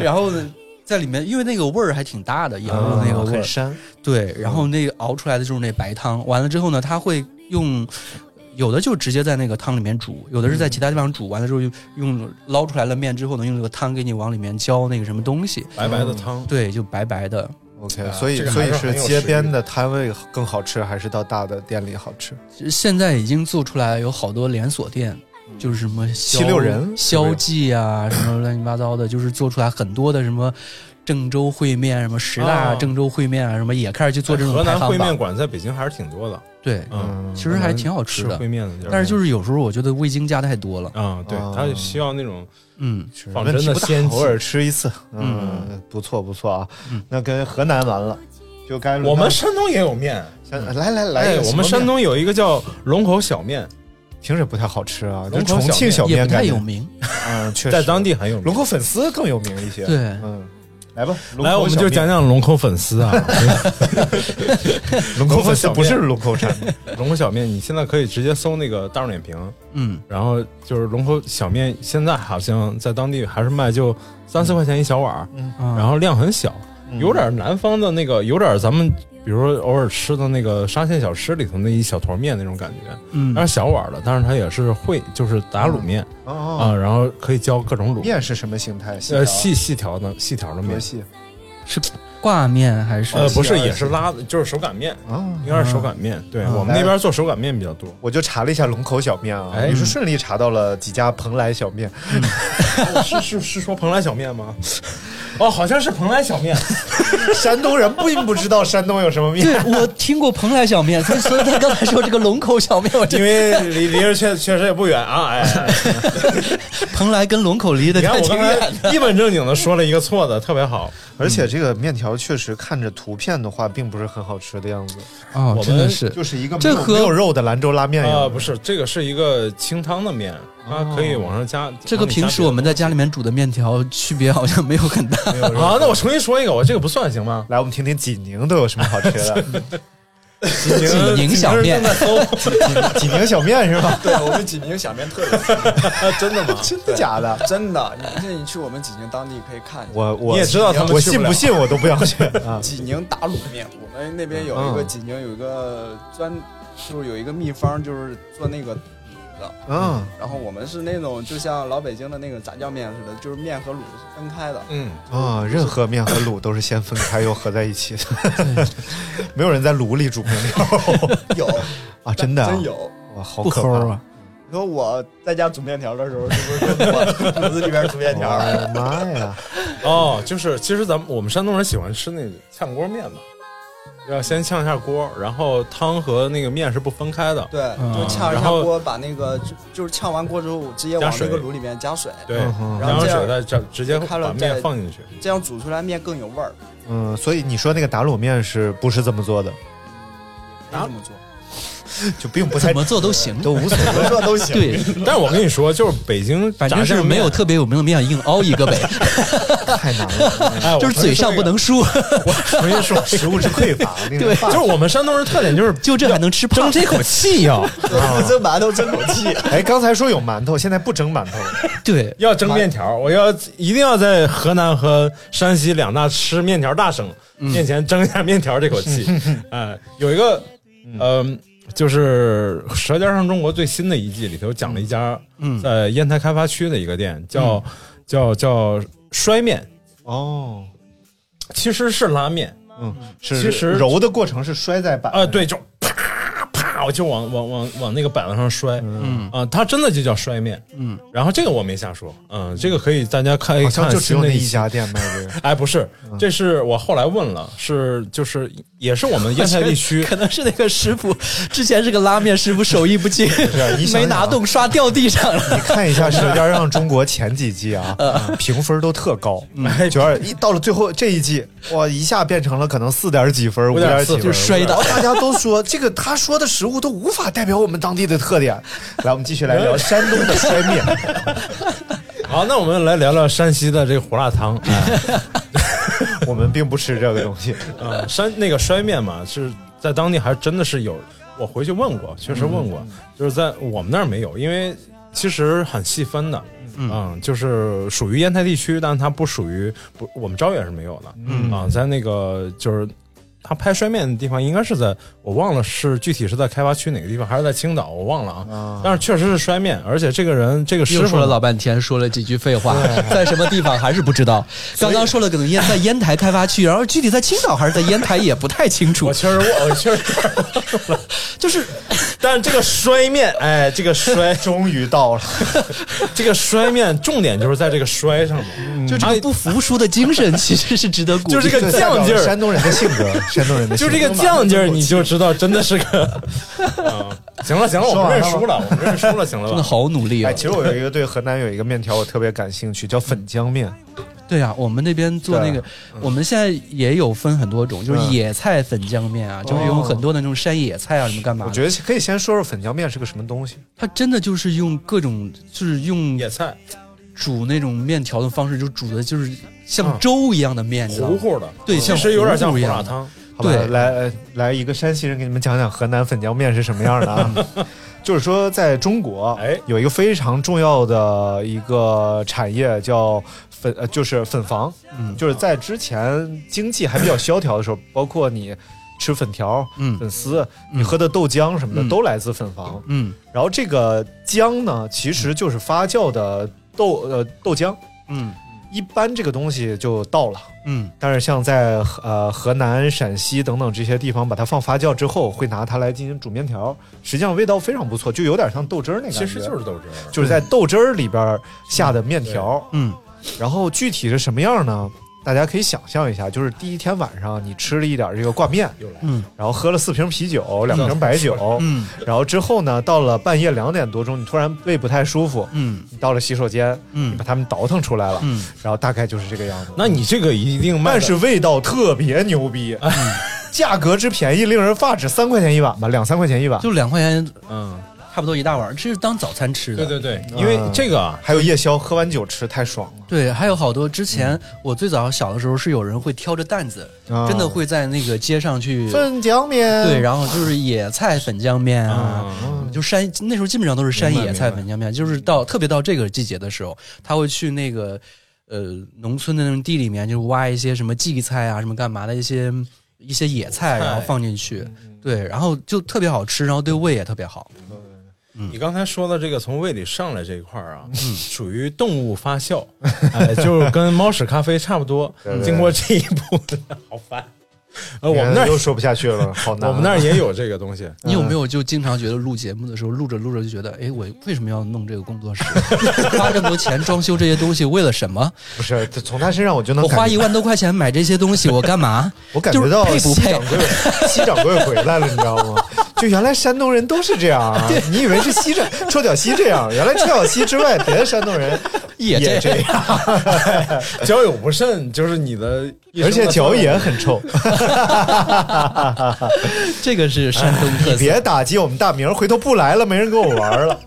S7: 然后呢，在里面，因为那个味儿还挺大的，”，羊肉那
S8: 啊
S7: 个味
S4: 很
S7: 儿，
S4: 膻。
S7: 对，然后那个熬出来的就是那白汤，完了之后呢，它会用。有的就直接在那个汤里面煮，有的是在其他地方煮完了之后，用用捞出来了面之后呢，用这个汤给你往里面浇那个什么东西，
S8: 白白的汤，
S7: 对，就白白的。
S4: OK，
S8: 啊
S4: 所以
S8: 这个
S4: 所
S8: 还
S4: 以
S8: 是
S4: 是
S8: 很有
S4: 街
S8: 食
S4: 边
S8: 欲
S4: 的摊位更好吃，还是到大的店里好吃？
S7: 现在已经做出来有好多连锁店，
S8: 嗯
S7: 就是什么萧
S4: 七六人
S7: 萧
S8: (clears throat)
S7: 记啊，什么乱七八糟的，就是做出来很多的什么郑州烩面，什么十大
S8: 啊
S7: 郑州烩面啊，什么也开始去做这种
S8: 河
S7: 排
S8: 南
S7: 行
S8: 烩面
S7: 榜。
S8: 馆在北京还是挺多的，
S7: 对，
S8: 嗯，
S7: 其实还挺好吃的
S8: 烩，面的地儿，
S7: 但是就是有时候我觉得味精加的太多了。
S8: 啊，对，它需要那种
S7: 嗯，
S8: 仿
S4: 哦问
S8: 真
S4: 题
S8: 的
S4: 不大
S8: 鲜
S4: 偶
S8: 气。
S4: 尔吃一次，嗯，不错不错啊。
S7: 嗯
S4: 那跟河南完了，就该轮
S8: 我
S4: 到
S8: 们山东也有面，
S4: 山来来来
S8: 哎
S4: 一个，什么面，
S8: 我们山东有一个叫龙口小面，
S4: 听着不太好吃啊，就
S8: 龙口
S4: 重庆
S8: 小
S4: 小
S7: 也
S4: 面
S7: 不太
S4: 感
S7: 有
S4: 觉，
S7: 名。
S4: 嗯，确实
S8: 在当地很有名。
S4: 龙口粉丝更有名一些。
S7: 对
S4: 嗯，来吧，龙
S8: 来，
S4: 口
S8: 我们
S4: 小
S8: 就
S4: 面
S8: 讲讲龙口粉丝啊，
S4: 龙口粉丝不是
S8: 龙口小面
S4: 龙口产的。
S8: 龙口小面，你现在可以直接搜那个大众点评，
S7: 嗯，
S8: 然后就是龙口小嗯面，现在好像在当地还是卖就三四块钱一小碗儿，
S7: 啊
S8: 然后量很小，有点南方的那个，有点咱们比如说偶尔吃的那个沙县小吃里头那一小坨面那种感觉，
S7: 嗯
S8: 但是小碗的，但是它也是烩，就是打卤面 (laughs) 啊、
S4: 哦，
S8: 然后可以浇各种卤，
S4: 面是什么形态？
S8: 呃，细
S4: 细
S8: 细条的细条的
S4: 条
S8: 面
S4: 多，细
S7: 是挂面还是？
S8: 呃，不是，也是拉的，就是手擀面，
S4: 啊。
S8: 应该是手擀面。对
S4: 嗯
S8: 我们那边做手擀面比较多，
S4: 我就查了一下龙口小面啊，
S8: 哎
S4: 于是顺利查到了几家蓬莱小面。
S8: (laughs) 是是是说蓬莱小面吗？ (laughs) 哦，好像是蓬莱小面，
S4: 山东人并不知道山东有什么面，
S7: 对，我听过蓬莱小面，所以所以他刚才说这个龙口小面，我
S8: 因
S7: 这
S8: 为离离这确确实也不远啊。哎，哎哎
S7: (laughs) 蓬莱跟龙口离得
S8: 你看
S7: 还
S8: 我
S7: 挺
S8: 刚
S7: 远的。
S8: 才一本正经的说了一个错的，特别好。嗯
S4: 而且这个面条确实看着图片的话，并不是很好吃的样子，呃
S7: 哦，真
S8: 嗯
S7: 的是，
S4: 就是一个没
S7: 这
S4: 有
S7: 和
S4: 没有肉的兰州拉面样
S8: 啊，
S4: 子
S8: 不是，这个是一个清汤的面，
S7: 哦
S8: 它可以往上加。
S7: 这和平时我们在家里面煮的面条区别好像没有很大。
S8: 啊，那我重新说一个，我这个不算行吗？
S4: 来，我们听听济宁都有什么好吃
S8: (laughs)
S4: 的？
S8: 济 (laughs)
S7: 济宁小
S8: 济宁
S7: 面
S8: 人正在搜
S4: 济宁小面
S8: (laughs)
S4: 是吧？
S9: 对我们济宁小面特别出名，
S4: 真的吗？真的假的？
S9: 真的。你这你去我们济宁当地可以看一下，
S4: 我我
S8: 你也知道他们
S4: 我
S8: 去不
S4: 信
S8: 了
S4: 不信我都不想
S8: (laughs)
S4: 去啊！
S9: 济宁打卤面，我们那边有一个
S8: 嗯
S9: 济宁有一个专，就是有一个秘方，就是做那个。
S4: 嗯，
S9: 然后我们是那种就像老北京的那个炸酱面似的，就是面和卤是分开的。
S8: 嗯，
S4: 啊、任何面和卤都是先分开又合在一起的， (laughs) 没有人在卤里煮面
S8: (laughs)
S4: 条
S9: 有
S4: 啊！真的、啊，
S9: 真有。
S4: 哇，好
S7: 不
S4: 可
S7: 齁
S4: 怕！
S7: 啊！
S9: 你说我在家煮面条的时候，是不是跟我肚子里边煮面条？
S4: 我的妈哎呀！
S8: (laughs) 哦，就是其实咱们我们山东人喜欢吃那个炝锅面嘛，要先炝一下锅，然后汤和那个面是不分开的。
S9: 对，就炝一
S8: 啊然
S9: 下
S8: 后
S9: 锅，把那个就就是炝完锅之后，直接
S8: 加
S9: 往
S8: 水
S9: 那个卤里面加水，
S8: 对，
S4: 嗯哼
S8: 然
S9: 然后
S8: 后
S9: 这样
S8: 水再直直接把面放进去。
S9: 这样煮出来面更有味儿。
S4: 嗯，所以你说那个打卤面是不是这么做的？
S9: 没这么做，
S8: 啊
S4: (laughs) 就并不太
S7: 怎么做都行，
S4: 都无所谓。
S9: 这都行。
S7: (laughs) 对，
S8: (laughs) 但是我跟你说，就是北京炸
S7: 反
S8: 酱
S7: 正是
S8: 面
S7: 没有特别有名的面，硬凹一个呗，
S4: 太难了，
S8: (laughs) 哎，我
S7: 就是嘴上不能输。
S4: 重新说，食物之匮乏，
S7: (laughs)
S4: 令人
S8: 就是 (laughs) 我们山东人特点就是
S7: 就这还能吃胖？
S8: 争这口气
S7: (laughs)
S8: 呀、
S9: (laughs) 不蒸馒头争口气。
S4: 啊哎，刚才说有馒头，现在不蒸馒头了。
S7: 对，
S8: 要蒸面条，我要一定要在河南和山西两大吃面条大省
S7: 嗯
S8: 面前争一下面条这口
S7: (laughs)
S8: 气。哎，有一个，
S7: 嗯
S8: 呃，就是《舌尖上中国》最新的一季里头讲了一家
S7: 嗯
S8: 在烟台开发区的一个店，叫叫叫摔面，
S4: 哦，
S8: 其实是拉面
S4: 嗯，是
S8: 其实
S4: 揉的过程是摔在板
S8: 啊，对，就啪啪，我就往往往往那个板子上摔。
S7: 嗯
S8: 啊，它真的就叫摔面，
S7: 嗯，
S8: 然后这个我没瞎说，嗯，这个可以大家看一
S4: 好
S8: 看
S4: 像就只有那
S8: 新的
S4: 一
S8: 期
S4: 家店卖这个。
S8: 哎，不是，这是我后来问了，是就是也是我
S7: (laughs)
S8: 们烟台地区，
S7: 可能是那个师傅之前是个拉面师傅，手艺
S8: (laughs)
S7: 不精
S4: 是
S8: 啊
S4: 你，想想
S7: 没拿动，刷掉地上了。
S4: 你看一下《舌尖上中国》前几季啊，评分都特高，哎九二一到了最后这一季，哇，一下变成了可能四点几分、五点几
S8: 5.4
S4: 分，
S8: 就是
S7: 摔的
S4: 然后大家都说这个他说的食物都无法代表我们当地的特点。来，我们继续来聊山东的摔面。
S8: (laughs) 好，那我们来聊聊山西的这个胡辣汤，哎， (laughs)
S4: 我们并不吃这个东西。
S8: 啊，山那个摔面嘛，是在当地还真的是有，我回去问过，确实问过，
S7: 嗯
S8: 就是在我们那儿没有，因为其实很细分的。嗯，就是属于烟台地区，但是它不属于不，我们招远是没有的。嗯啊，在那个就是他拍摔面的地方，应该是在我忘了是具体是在开发区哪个地方，还是在青岛，我忘了啊。但是确实是摔面，而且这个人这个师
S7: 又
S8: 傅
S7: 说了老半天，说了几句废话，在什么地方还是不知道。刚刚说了可能烟在烟台开发区，然后具体在青岛还是在烟台也不太清楚
S8: 我。确实我我确实，
S7: (laughs) 就是
S8: 但是这个摔面，哎，这个摔
S4: (laughs) 终于到了，
S8: (laughs) 这个摔面，重点就是在这个摔上面，
S7: 就这嗯啊个不服输的精
S8: (laughs)
S7: 神，其实是值得鼓励。
S8: 就是这个
S4: 代表了
S8: 犟劲儿
S4: 山东人的性格，山东人的性
S8: 就
S4: 格
S8: 这个犟劲儿，你就知道真的是个。啊行了行了，我们认输了，我们认输了，行了
S7: 真
S8: 吧？
S7: 的好努力啊
S4: 哎，！其实我有一个对河南有一个面条我特别感兴趣，叫粉浆面。
S7: (laughs) 对啊，我们那边做那个，我们现在也有分很多
S8: 嗯
S7: 种，就是野菜粉浆面啊，就是
S8: 哦
S7: 用很多的那种山野菜啊，什么干嘛
S4: 我
S7: 的。
S4: 觉得可以先说说粉浆面是个什么东西。
S7: 它真的就是用各种，就是用
S8: 野菜
S7: 煮那种面条的方式，就煮的就是像粥一样的面，你知道
S8: 嗯糊
S7: 吗？
S8: 糊的，
S7: 对
S8: 其
S7: 像
S8: 实有点像
S7: 糊
S8: 胡
S7: 糊一
S8: 辣
S7: 样
S8: 汤。
S4: 好吧
S7: 对， (laughs)
S4: 来呃来一个山西人给你们讲讲河南粉浆面是什么样的啊？就是说在中国，
S8: 哎
S4: 有一个非常重要的一个产业叫粉，呃，就是粉房，
S7: 嗯
S4: 就是在之前经济还比较萧条的时候，包括你吃粉条、
S7: 嗯
S4: 粉丝，你喝的豆浆什么的、
S7: 嗯
S4: 都来自粉房。
S7: 嗯
S4: 然后这个浆呢，其实就是发酵的豆呃豆浆，
S7: 嗯
S4: 一般这个东西就到了。
S7: 嗯
S4: 但是像在河呃河南、陕西等等这些地方，把它放发酵之后，会拿它来进行煮面条，实际上味道非常不错，就有点像豆汁儿那感觉。
S8: 其实就是豆汁儿，
S4: 就是在豆汁儿里边儿下的面条，
S7: 嗯
S4: 然后具体是什么样呢？大家可以想象一下，就是第一天晚上你吃了一点这个挂面，
S8: 又来了。
S7: 嗯
S4: 然后喝了四瓶啤酒、两瓶白酒，
S7: 嗯
S4: 然后之后呢，到了半夜两点多钟，你突然胃不太舒服，
S7: 嗯
S4: 你到了洗手间，你
S7: 嗯
S4: 把它们倒腾出来了，
S7: 嗯
S4: 然后大概就是这个样子。
S8: 那你这个一定卖
S4: 但
S8: 的，嗯
S4: 是味道特别牛逼， (laughs) 价格之便宜令人发指，三块钱一碗吧，两三块钱一碗，
S7: 就两块钱，
S8: 嗯，
S7: 差不多一大碗，这是当早餐吃的。嗯
S8: 对对对，因为这个啊，
S4: 还有夜宵，喝完酒吃太爽了。
S7: 对，还有好多之
S8: 嗯
S7: 前我最早小的时候是有人会挑着担子，
S4: 啊
S7: 真的会在那个街上去，
S4: 粉浆面，
S7: 对，然后就是野菜粉浆面啊。
S8: 嗯
S7: 就山那时候基本上都是山
S8: 明白
S7: 野菜
S8: 明白
S7: 粉浆面，就是到特别到这个季节的时候，他会去那个呃农村的那种地里面，就挖一些什么荠菜啊，什么干嘛的一些一些野菜，然后放进去，
S8: 嗯
S7: 嗯对，然后就特别好吃，然后对胃也特别好。嗯
S8: 你刚才说的这个从胃里上来这一块儿啊，属于动物发酵，哎，就是跟猫屎咖啡差不多。
S7: (laughs)
S8: 经过这一步， (laughs) 好烦。呃，我们那儿
S4: 哎又说不下去了，好难。啊
S8: (laughs) 我们那儿也有这个东西，
S7: (laughs)
S8: 嗯
S7: 你有没有就经常觉得录节目的时候，录着录着就觉得，哎，我为什么要弄这个工作室？花这么多钱装修这些东西，为了什么？
S4: 不是从他身上我就能
S7: 我花
S4: 感
S7: 一
S4: 觉，
S7: 万多块钱买这些东西，我干
S8: (laughs)
S7: 嘛？
S4: 我感觉到
S7: 就是配不
S4: 西
S7: 配
S4: 掌柜西掌柜回来了，你知道吗？就原来山东人都是这样啊，你以为是西掌臭脚西这样，原来臭脚西之外，别的山东人
S7: 也
S4: 也
S7: 这
S4: 这样，
S8: (laughs) 交友不慎就是你的一生的
S4: 而
S8: 错误，
S4: 且脚也很臭。
S7: (laughs) 这个是山
S8: 哎
S7: 东特色。
S4: 别打击我们大明儿，回头不来了，没人跟我玩了。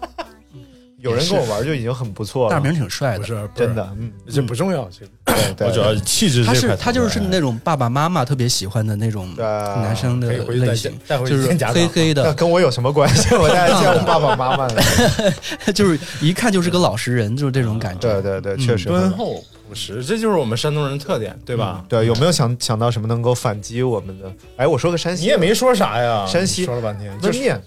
S4: 有人跟我玩就已经很不错了。
S7: 大明挺帅
S8: 不
S7: 的，
S8: 是不是
S4: 真的，嗯，
S8: 这不重要。这个
S4: 对
S8: 我主要是气质
S7: 他
S8: 这块
S7: 是
S8: 儿，
S7: 他就是那种爸爸妈妈特别喜欢的那种
S4: 对
S7: 男生的
S8: 啊可以回去
S7: 类
S8: 再
S7: 型，
S8: 带回去
S7: 就是
S8: 见家长
S7: 黑黑
S4: 那
S8: (laughs)
S7: 的，
S4: 跟我有什么关
S7: (laughs)
S4: 系？我大概见我爸爸妈妈了。
S7: 就是一看就是个老实人，就是这
S8: 啊
S7: 种感觉。嗯
S4: 对对对，确实很
S8: 敦厚朴实，这就是我们山东人特点，对吧？
S4: 对，有没有想想到什么能够反击我们的？哎，我说个山西，
S8: 你也没说啥呀，
S4: 山西
S8: 说了半天，就
S4: 焖
S8: 是
S4: 面，哎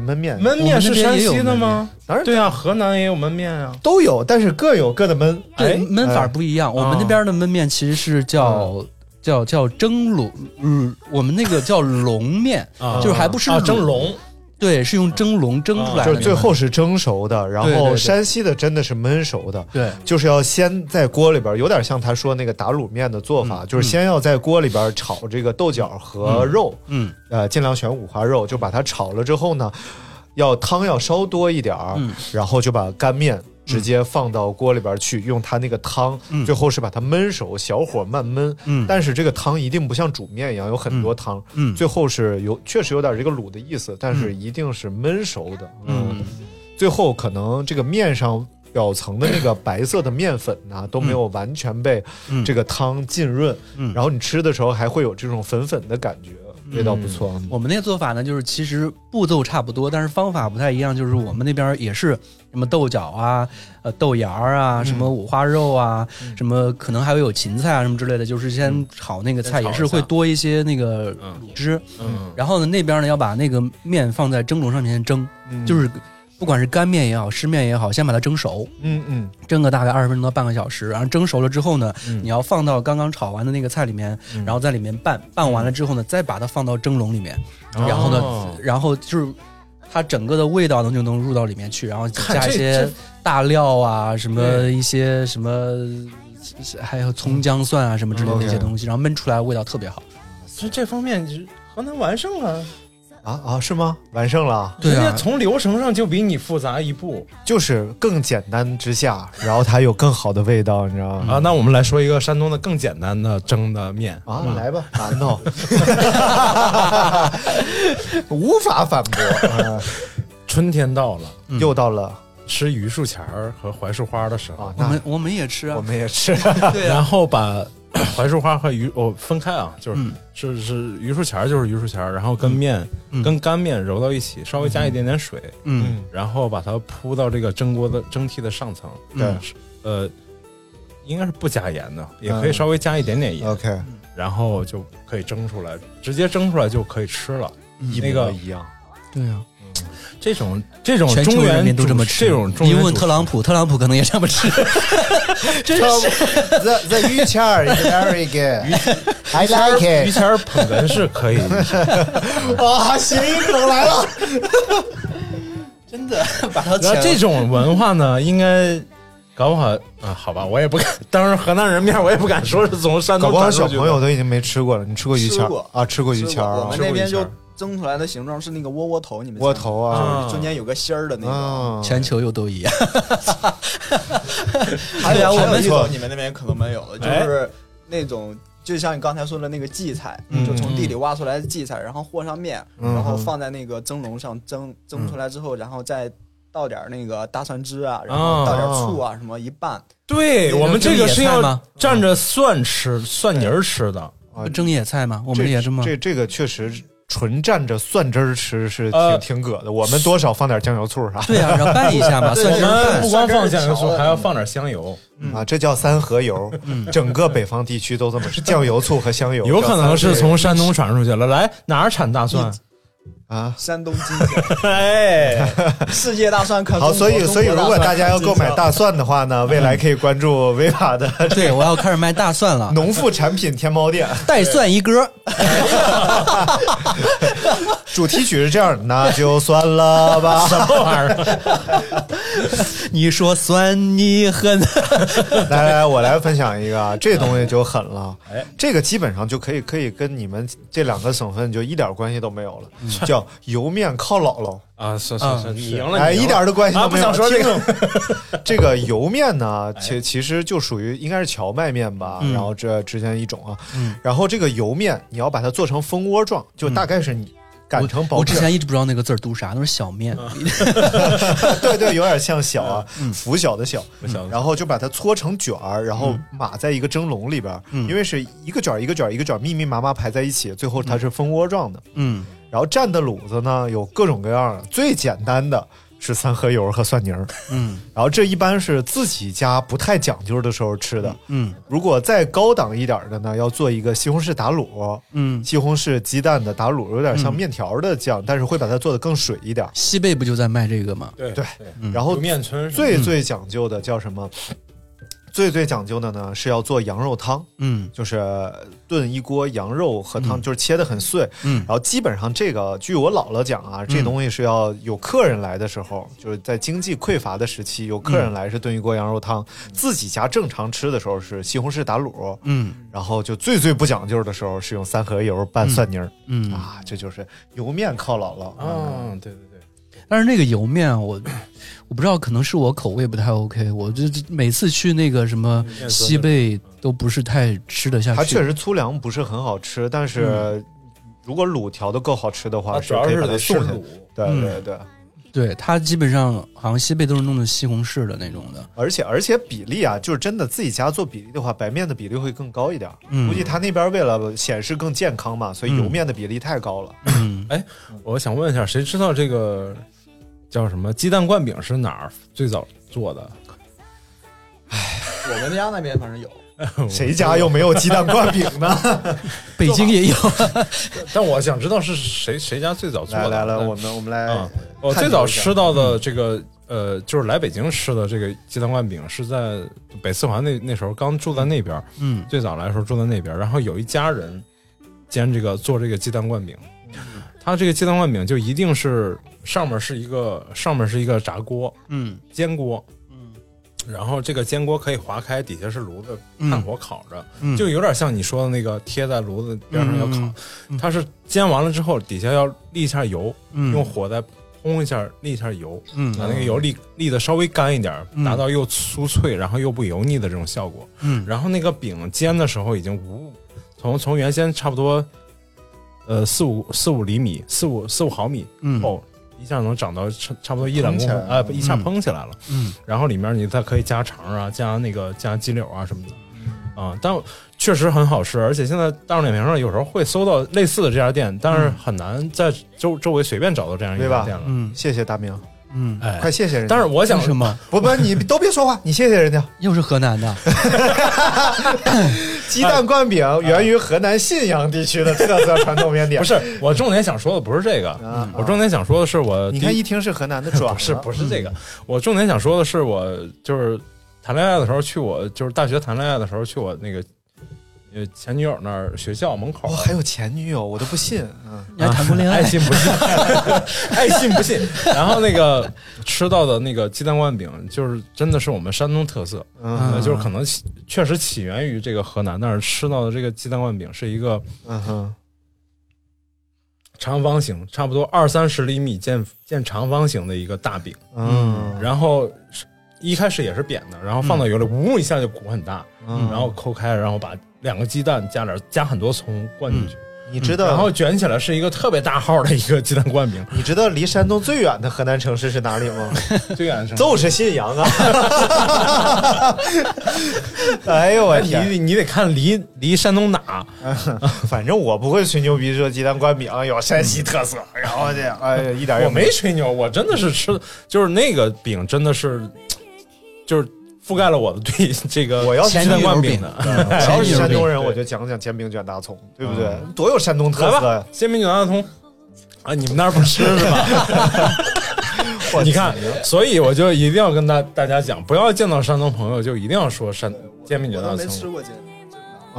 S4: 焖面
S8: 焖面是山西的吗？
S4: 当然
S8: 对啊，河南也有焖面啊。
S4: 都有，但是各有各的焖。
S7: 对，
S4: 哎嗯
S7: 焖法不一样。我们那边的焖面其实是叫叫叫蒸笼，嗯，我们那个叫笼面，
S8: 啊
S7: 就是还不是
S8: 啊
S7: 卤
S8: 蒸笼，
S7: 对，是用蒸笼蒸出来的那
S4: 就
S7: 种，
S4: 是最后是蒸熟的，然
S7: 对对
S4: 后
S7: 对
S4: 山西的真的是焖熟的，
S7: 对
S4: 就是要先在锅里边儿，有点像他说那个打卤面的做法，就是先要在锅里边儿炒这个豆角和肉，
S7: 嗯嗯
S4: 呃，尽量选五花肉，就把它炒了之后呢，要汤要稍多一点儿，
S7: 嗯
S4: 然后就把干面。直接放到锅里边儿去，用它那个汤，
S7: 嗯
S4: 最后是把它焖熟，小火慢焖。
S7: 嗯
S4: 但是这个汤一定不像煮面一样有很多汤，
S7: 嗯
S4: 最后是有确实有点这个卤的意思，但是一定是焖熟的。
S7: 嗯
S4: 最后可能这个面上表层的那个白色的面粉呐、都没有完全被
S7: 嗯
S4: 这个汤浸润，
S7: 嗯
S4: 然后你吃的时候还会有这种粉粉的感觉，味道不错。啊
S8: 嗯
S7: 我们那个做法呢，就是其实步骤差不多，但是方法不太一样。就是我们那边也是什么豆角啊、呃豆芽儿啊、
S8: 嗯
S7: 什么五花肉啊、什么可能还会有芹菜啊什么之类的，就是
S8: 嗯
S7: 先炒那个
S8: 先
S7: 菜，
S8: 炒一
S7: 也
S8: 下
S7: 是会多一些那个
S8: 嗯
S7: 卤汁。
S8: 嗯，
S7: 然后呢，那边呢要把那个面放在蒸笼上面蒸，
S8: 嗯
S7: 就是不管是干面也好，湿面也好，先把它蒸熟，
S4: 嗯嗯，
S7: 蒸个大概二十分钟到半个小时。然后蒸熟了之后呢，
S8: 嗯
S7: 你要放到刚刚炒完的那个菜里面，然后在里面拌，拌完了之后呢，再把它放到蒸笼里面，然后呢，
S8: 嗯哦
S7: 然后就是。它整个的味道呢就能入到里面去，然后
S8: 看
S7: 加一
S8: 这
S7: 些
S8: 这
S7: 大料啊，什么
S8: 对
S7: 一些什么，还有葱姜蒜啊什么之类的
S4: 嗯
S7: 那些东西，然后焖出来味道特别好。
S8: 所以这方面就是河南完胜了，
S4: 啊啊，是吗？完胜了，
S7: 对啊
S8: 人家从流程上就比你复杂一步
S4: 就是更简单之下，然后它有更好的味道，你知道吗？
S8: 啊。那我们来说一个山东的更简单的蒸的面
S4: 啊，来吧，馒头， (laughs) 无法反驳。啊
S8: 嗯春天到了，
S4: 又到了
S8: 吃榆树钱儿和槐树花的时候，
S4: 啊，
S7: 我
S4: 那
S7: 们我们也吃啊 (laughs)
S4: 我，们也吃，
S7: 对啊
S8: 然后把 (coughs) 槐树花和榆我、分开啊，就是、
S7: 嗯
S8: 是是榆树钱儿就是榆树钱儿，然后跟面、
S7: 嗯
S8: 跟干面揉到一起，稍微加一点点水，
S7: 嗯，
S8: 然后把它铺到这个蒸锅的蒸屉的上层。
S7: 嗯
S8: 是呃，应该是不加盐的，也
S7: 嗯
S8: 可以稍微加一点点盐，
S4: OK，
S8: 然后就可以蒸出来，直接蒸出来就可以吃了。
S4: 一
S8: 那个
S4: 模一样。
S7: 对啊，
S8: 嗯这种这种
S7: 全
S8: 中
S7: 球人
S8: 原
S7: 民都
S8: 主
S7: 这么吃。
S8: 这种中
S7: 你
S8: 原
S7: 问
S8: 主
S7: 特朗普，特朗普可能也这么吃。真是
S4: The the 榆钱儿 is
S8: (laughs)
S4: very good. I
S8: 于
S4: like it.
S8: 谦儿捧哏是可
S7: (laughs)
S8: 以，
S4: 啊，谐音梗来了。
S7: 真的把它
S8: 然后这
S7: 这
S8: 种文化
S7: (laughs)
S8: 呢，应该搞不好啊，好吧，我也不敢， (laughs) 当着河南人面我也不敢说是从山
S4: 搞
S8: 东
S4: 不好
S8: 传出
S4: 小
S8: 去的
S4: 朋友都已经没吃过了。你吃过榆钱
S9: 吃过
S4: 啊？吃过榆钱
S9: 我
S4: 啊
S9: 们？那边就蒸出来的形状是那个窝窝头，你们
S4: 窝头
S9: 想想
S4: 啊，
S9: 就是中间有个心儿的那个。
S4: 嗯，
S7: 全球又都一样。
S9: 还
S7: 对啊，
S9: 有
S7: 我
S9: 还有
S7: 们
S9: 一种你们那边可能没有的，就是那种。就像你刚才说的那个荠菜，就从地里挖出来的荠菜，然后和上面，然后放在那个蒸笼上蒸，蒸出来之后，然后再倒点那个大蒜汁啊，然后倒点醋啊，什么一拌，
S8: 对哎我们这个是
S7: 哎野菜
S8: 要
S7: 吗嗯
S8: 蘸着蒜吃，蒜泥儿吃的。
S4: 啊
S7: 蒸野菜吗？我
S4: 这
S7: 们也这么。
S4: 这这个确实纯蘸着蒜汁儿吃是
S8: 呃
S4: 挺挺葛的。我们多少放点酱油醋啥
S7: 对啊，然后拌一
S4: (laughs)
S7: 下嘛，
S8: 我
S7: 算是
S8: 们不
S7: 拌。
S8: 光放酱油醋，还要放点香油，
S9: 嗯
S4: 啊，这叫三
S8: (laughs)
S4: 合油。整个北方地区都这么吃，酱油、醋和香油。
S8: 嗯有可能是从山东传出去了。来，哪儿产大蒜？
S4: 啊。
S9: 山东金桔，
S8: (laughs) 哎，
S9: 世界大蒜看中
S4: 好，
S9: 国。
S4: 所以
S9: 中国
S4: 所以如果
S9: 蒜
S4: 大家
S9: 看
S4: 要
S9: 金
S4: 购买
S9: 桔
S4: 大蒜的嗯话呢，未来可以关注维瓦 (laughs) 的
S7: (laughs) 对，我要开始卖大蒜
S8: (laughs)
S7: 了，
S4: 农副产品天猫店。
S7: 带蒜一哥。
S4: (laughs) 主题曲是这样的，那就算了 (laughs) 吧。
S8: 什么玩意儿？
S7: (laughs) 你说酸你很，
S4: 来来，我来分享一个， (laughs) 啊，这东西就狠了。
S8: 哎
S4: 这个基本上就可以可以跟你们这两个省份就一点关系都没有了，叫油面靠姥姥。
S8: (laughs) 啊，是
S7: 啊
S8: 是是，你赢了，
S4: 哎，
S8: 你赢了
S4: 一点都关系
S8: (laughs) 啊
S4: 都
S8: 不
S4: 没有。
S8: 想说这个，
S7: (laughs)
S4: 这个油面呢，
S7: 哎
S4: 其其实就属于应该是荞麦面吧，
S7: 嗯
S4: 然后这之间一种啊。然后这个油面你要把它做成蜂窝状，就大概是你擀成薄
S7: 嗯我之
S4: 片。
S7: 前一直不知道那个字儿读啥，都是小面。
S8: 啊
S4: (laughs) 对对，有点像小啊，
S7: 嗯
S4: 拂晓的晓
S8: 拂晓的，
S4: 然后就把它搓成卷儿，然
S7: 嗯
S4: 后码在一个蒸笼里边儿，因为是一个卷儿一个卷儿一个卷儿密密麻麻排在一起，最后它是蜂窝状的。
S7: (laughs) 嗯，
S4: 然后蘸的卤子呢有各种各样的，最简单的是三合油和蒜泥
S7: (laughs)
S4: 儿。
S7: 嗯，
S4: 然后这一般是自己家不太讲究的时候吃的。
S7: 嗯，
S4: 如果再高档一点儿的呢，要做一个西红柿打卤。
S7: 嗯
S4: 西红柿鸡蛋的打卤有点像面条的酱，但是会把它做的更水一点儿。
S7: 西贝不就在卖这个吗？嗯
S8: 对
S4: 对
S8: 对，
S4: 然后
S8: 油面村是吧
S4: 最最讲究的叫什么？最最讲究的呢是要做羊肉汤，
S7: 嗯
S4: 就是炖一锅羊肉和汤，就是切的很碎。
S7: 嗯
S4: 然后基本上这个，据我姥姥讲啊，这东西是要有客人来的时候，就是在经济匮乏的时期，有客人来是炖一锅羊肉汤，自己家正常吃的时候是西红柿打卤，
S7: 嗯
S4: 然后就最最不讲究的时候是用三合油拌蒜泥儿、
S7: 嗯。
S4: 啊，这就是油面靠姥姥。嗯
S8: 啊，对对对，
S7: 但是那个油面啊，我我不知道，可能是我口味不太 OK，我就就每次去那个什么
S8: 面色
S7: 西贝都不是太吃得下去。
S4: 它确实粗粮不是很好吃，但是如果卤调的够好吃的话，
S8: 嗯啊它主要
S4: 可以
S8: 是
S4: 把它
S8: 得吃
S4: 送下
S8: 卤
S4: 去。。对
S7: 嗯
S4: 对对，
S7: 对它基本上好像西贝都是弄的西红柿的那种的。
S4: 而且而且比例啊，就是真的自己家做比例的话，白面的比例会更高一点。
S7: 嗯
S4: 估计他那边为了显示更健康嘛，所以油面的比例太高了。
S7: 嗯，
S8: 哎我想问一下，谁知道这个叫什么鸡蛋灌饼是哪儿最早做的？
S9: 我们家那边反正有，
S8: 嗯
S4: 谁家又没有鸡蛋灌饼呢？
S7: 北京也有。
S8: 但我想知道是谁谁家 (laughs) 最早做
S4: 来
S8: 的。
S4: 来来，
S8: 但
S4: 我们我们来
S8: 啊，我
S4: 探
S8: 最
S4: 究
S8: 早
S4: 一下
S8: 吃到的这个呃，就是来北京吃的这个鸡蛋灌饼是在北四环那那时候刚住在那边儿，
S7: 嗯
S8: 最早来的时候住在那边儿，然后有一家人煎这个做这个鸡蛋灌饼，
S7: 嗯
S8: 他这个鸡蛋灌饼就一定是上面是一个上面是一个炸锅
S7: 嗯
S8: 煎锅，
S7: 嗯
S8: 然后这个煎锅可以划开，底下是炉子，炭火烤着，
S7: 嗯，
S8: 就有点像你说的那个贴在炉子边上要烤。
S7: 嗯
S8: 它是煎完了之后，底下要沥一下油，
S7: 嗯
S8: 用火再烘一下，沥一下油，
S7: 嗯
S8: 把那个油沥沥的稍微干一点，
S7: 嗯
S8: 达到又酥脆然后又不油腻的这种效果。
S7: 嗯
S8: 然后那个饼煎的时候已经无，从从原先差不多，呃四五四五厘米，四五四五毫米
S7: 嗯
S8: 厚，一下能长到差差不多一两公
S4: 蓬起来
S8: 分，
S4: 了
S8: 呃，不一下蓬起来了。
S7: 嗯
S8: 然后里面你再可以加肠啊，加那个加鸡柳啊什么的，啊、但确实很好吃，而且现在大众点评上有时候会搜到类似的这家店，但是很难在周周围随便找到这样一
S4: 对
S8: 家
S4: 吧
S8: 店了。
S7: 嗯
S4: 谢谢大明，
S7: 嗯，
S8: 哎，
S4: 快谢谢人家。
S8: 但是我想哎
S7: 为什么？
S4: 不不，
S8: (laughs)
S4: 你都别说话，你谢谢人家。
S7: 又是河南的，
S4: (laughs) 鸡蛋灌饼源于河南信阳地区的特色传统面点。
S8: 啊不是，我重点想说的不是这个，
S4: 啊
S8: 我重点想说的是我
S4: 你
S8: 第
S4: 看一听是河南的转
S8: (laughs)
S4: 了，
S8: 不是不
S7: 嗯
S8: 是这个，我重点想说的是，我就是谈恋爱的时候去我就是大学谈恋爱的时候去我那个呃前女友那儿学校门口
S4: 我，还有前女友，我都不信。嗯，
S7: 你还谈过恋爱
S8: (laughs) 爱？信不信，爱信不信。然后那个吃到的那个鸡蛋灌饼，就是真的是我们山东特色，
S4: 嗯
S8: 呃就是可能起确实起源于这个河南，但是吃到的这个鸡蛋灌饼是一个
S4: 嗯哼，
S8: 长方形，差不多二三十厘米见见长方形的一个大饼。
S4: 嗯，
S8: 然后是一开始也是扁的，然后放到油里，呜一下就鼓很大，
S4: 嗯
S8: 然后抠开，然后把两个鸡蛋加点加很多葱灌进去，
S7: 嗯
S4: 你知道，，
S8: 嗯然后卷起来是一个特别大号的一个鸡蛋灌
S7: (laughs)
S8: 饼
S4: 你知道离山东最远的河南城市是哪里
S8: (laughs)
S4: 吗？
S8: 最远是。
S4: 就是信阳啊！ (laughs) 哎
S8: (laughs)
S4: 呦我
S8: 你
S4: 天！
S8: 你你得看离离山东哪，
S4: 反正我不会吹牛逼说鸡蛋灌饼有山西特色，然后这哎呀一点也
S8: 我没吹牛，我真的是吃，就是那个饼真的是，就是覆盖了我的对这个
S4: 我要
S8: 鸡蛋灌饼的。
S4: (laughs)
S7: 嗯
S4: 我要是山东人，
S8: 对
S4: 我就讲讲煎饼卷大葱，对不对？多有山东
S8: (laughs)
S4: 特
S8: 来
S4: 色
S8: 吧
S4: 呀！，
S8: 煎饼卷大葱啊，你们那儿不吃是吧？
S7: (laughs)
S8: (laughs)
S4: 我
S8: 你看，所以我就一定要跟大大家讲，不要见到山东朋友就一定要说山煎饼
S9: 我
S8: 卷
S9: 都
S8: 大
S9: 没吃
S8: 葱。
S9: 过煎，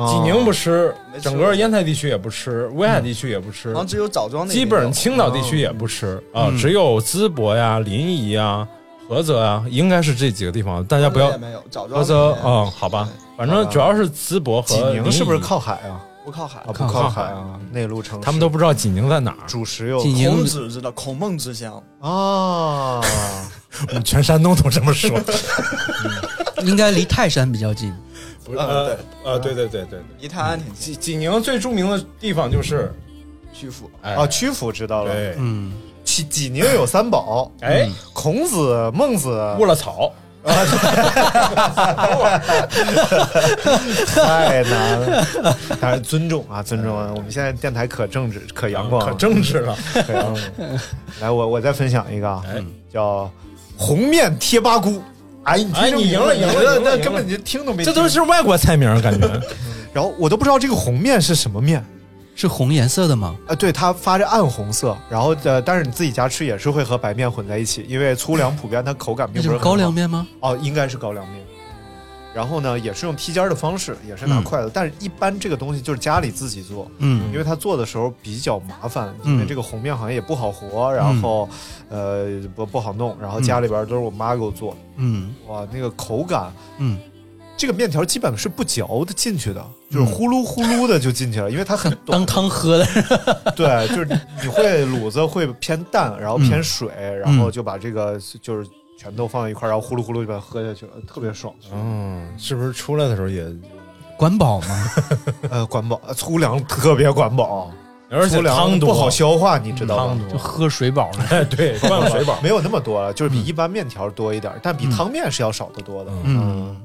S8: 济宁不吃
S9: 没，吃嗯
S8: 整个烟台地区也不吃，威海地区也不吃
S9: 好，像只有嗯枣庄那
S8: 基
S9: 边
S8: 本上
S9: 有
S8: 青岛地区也不吃啊，只有淄博呀、临沂呀、菏泽呀，应该是这几个地方，大家不要
S9: 也没有枣庄
S8: 菏
S9: 那
S8: 泽
S9: 边
S8: 嗯，好吧，反正主要是淄博和
S4: 济宁是不是
S8: 临沂？
S4: 靠海啊？
S9: 不靠海
S4: 啊，不
S8: 靠
S4: 靠
S8: 海
S4: 海啊，内陆城市
S8: 他们都不知道济宁在哪儿，
S4: 主食又
S7: 济宁
S9: 孔子知道孔孟之乡，
S4: 啊，
S8: 我们全山东都这么说。
S7: (laughs) 应该离泰山比较近。
S8: (laughs) 不是
S9: 啊
S4: 嗯
S8: 呃
S9: 对
S8: 呃，对对对对，对
S9: 离泰安挺近，
S8: 济济宁最著名的地方就是
S9: 曲阜
S8: 哎
S4: 啊，曲阜知道了。
S8: 对，
S7: 嗯，
S4: 济济宁有三宝，嗯
S8: 哎，
S4: 孔子、孟子。
S8: 误了草，
S4: 太难了，当然尊重啊，尊重啊！我们现在电台可正直、可阳光、
S8: 哎啊可正直了。
S4: 可阳光。来，我我再分享一个啊
S8: 哎，
S4: 叫红面贴吧菇。哎，你
S8: 哎
S4: 听
S8: 你赢了赢了赢了
S4: 那
S8: 赢了
S4: 根本就听都没
S8: 这
S4: 听。
S8: 都是外国菜名儿，感觉
S4: 然后我都不知道这个红面是什么面
S7: 是红颜色的吗？
S4: 啊，对，它发着暗红色，然后呃，但是你自己家吃也是会和白面混在一起，因为粗粮普遍它口感并不
S7: 那就是是
S4: 很好
S7: 高粱面吗？
S4: 哦，应该是高粱面。然后呢，也是用披肩儿的方式，也是拿
S7: 嗯
S4: 筷子，但是一般这个东西就是家里自己做，
S7: 嗯
S4: 因为他做的时候比较麻烦，因为
S7: 嗯
S4: 这个红面好像也不好和，然后、呃不不好弄，然后家里边都是我妈给我做，
S7: 嗯
S4: 哇，那个口感，
S7: 嗯，
S4: 这个面条基本是不嚼的进去的，就是
S7: 嗯
S4: 呼噜呼噜的就进去了，因为它
S7: (laughs)
S4: 很短
S7: 当，汤
S4: (laughs)
S7: 喝的。
S4: 对，就是你会卤子会偏淡，然后
S7: 嗯
S4: 偏水，然后就把这个就是全都放在一块儿，然后呼噜呼噜就把它喝下去了，特别爽。
S8: 嗯，是不是出来的时候也，
S7: 管饱吗？
S4: 呃，管饱，呃粗粮特别管饱，
S8: 而
S4: 粗
S8: 且
S4: 粮
S8: 汤
S4: 不
S8: 多
S4: 好，消化，你知道吗？
S8: 汤
S7: 就
S8: 多，
S7: 喝水饱呢。
S4: (laughs)
S8: 哎， (laughs) 对，灌水饱
S4: 没有那么多了，就是比一般面条多一点，但比汤面是要少得多的。
S8: 嗯
S7: 嗯，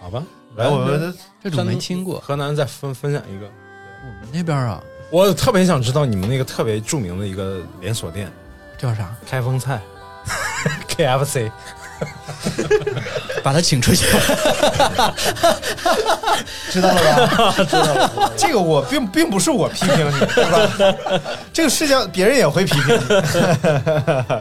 S8: 好吧。
S4: 来，我们
S7: 这种没听过。
S8: 河南再分分享一个，
S7: 我们那边啊，
S8: 我特别想知道你们那个特别著名的一个连锁店
S7: 叫啥？
S8: 开封
S7: (laughs)
S8: 菜 KFC，
S7: 把他请出去。 (laughs)
S4: 知
S8: (laughs)
S4: 道了吧？知道了。这个我并并不是我批评你，对吧？这个事情别人也会批评你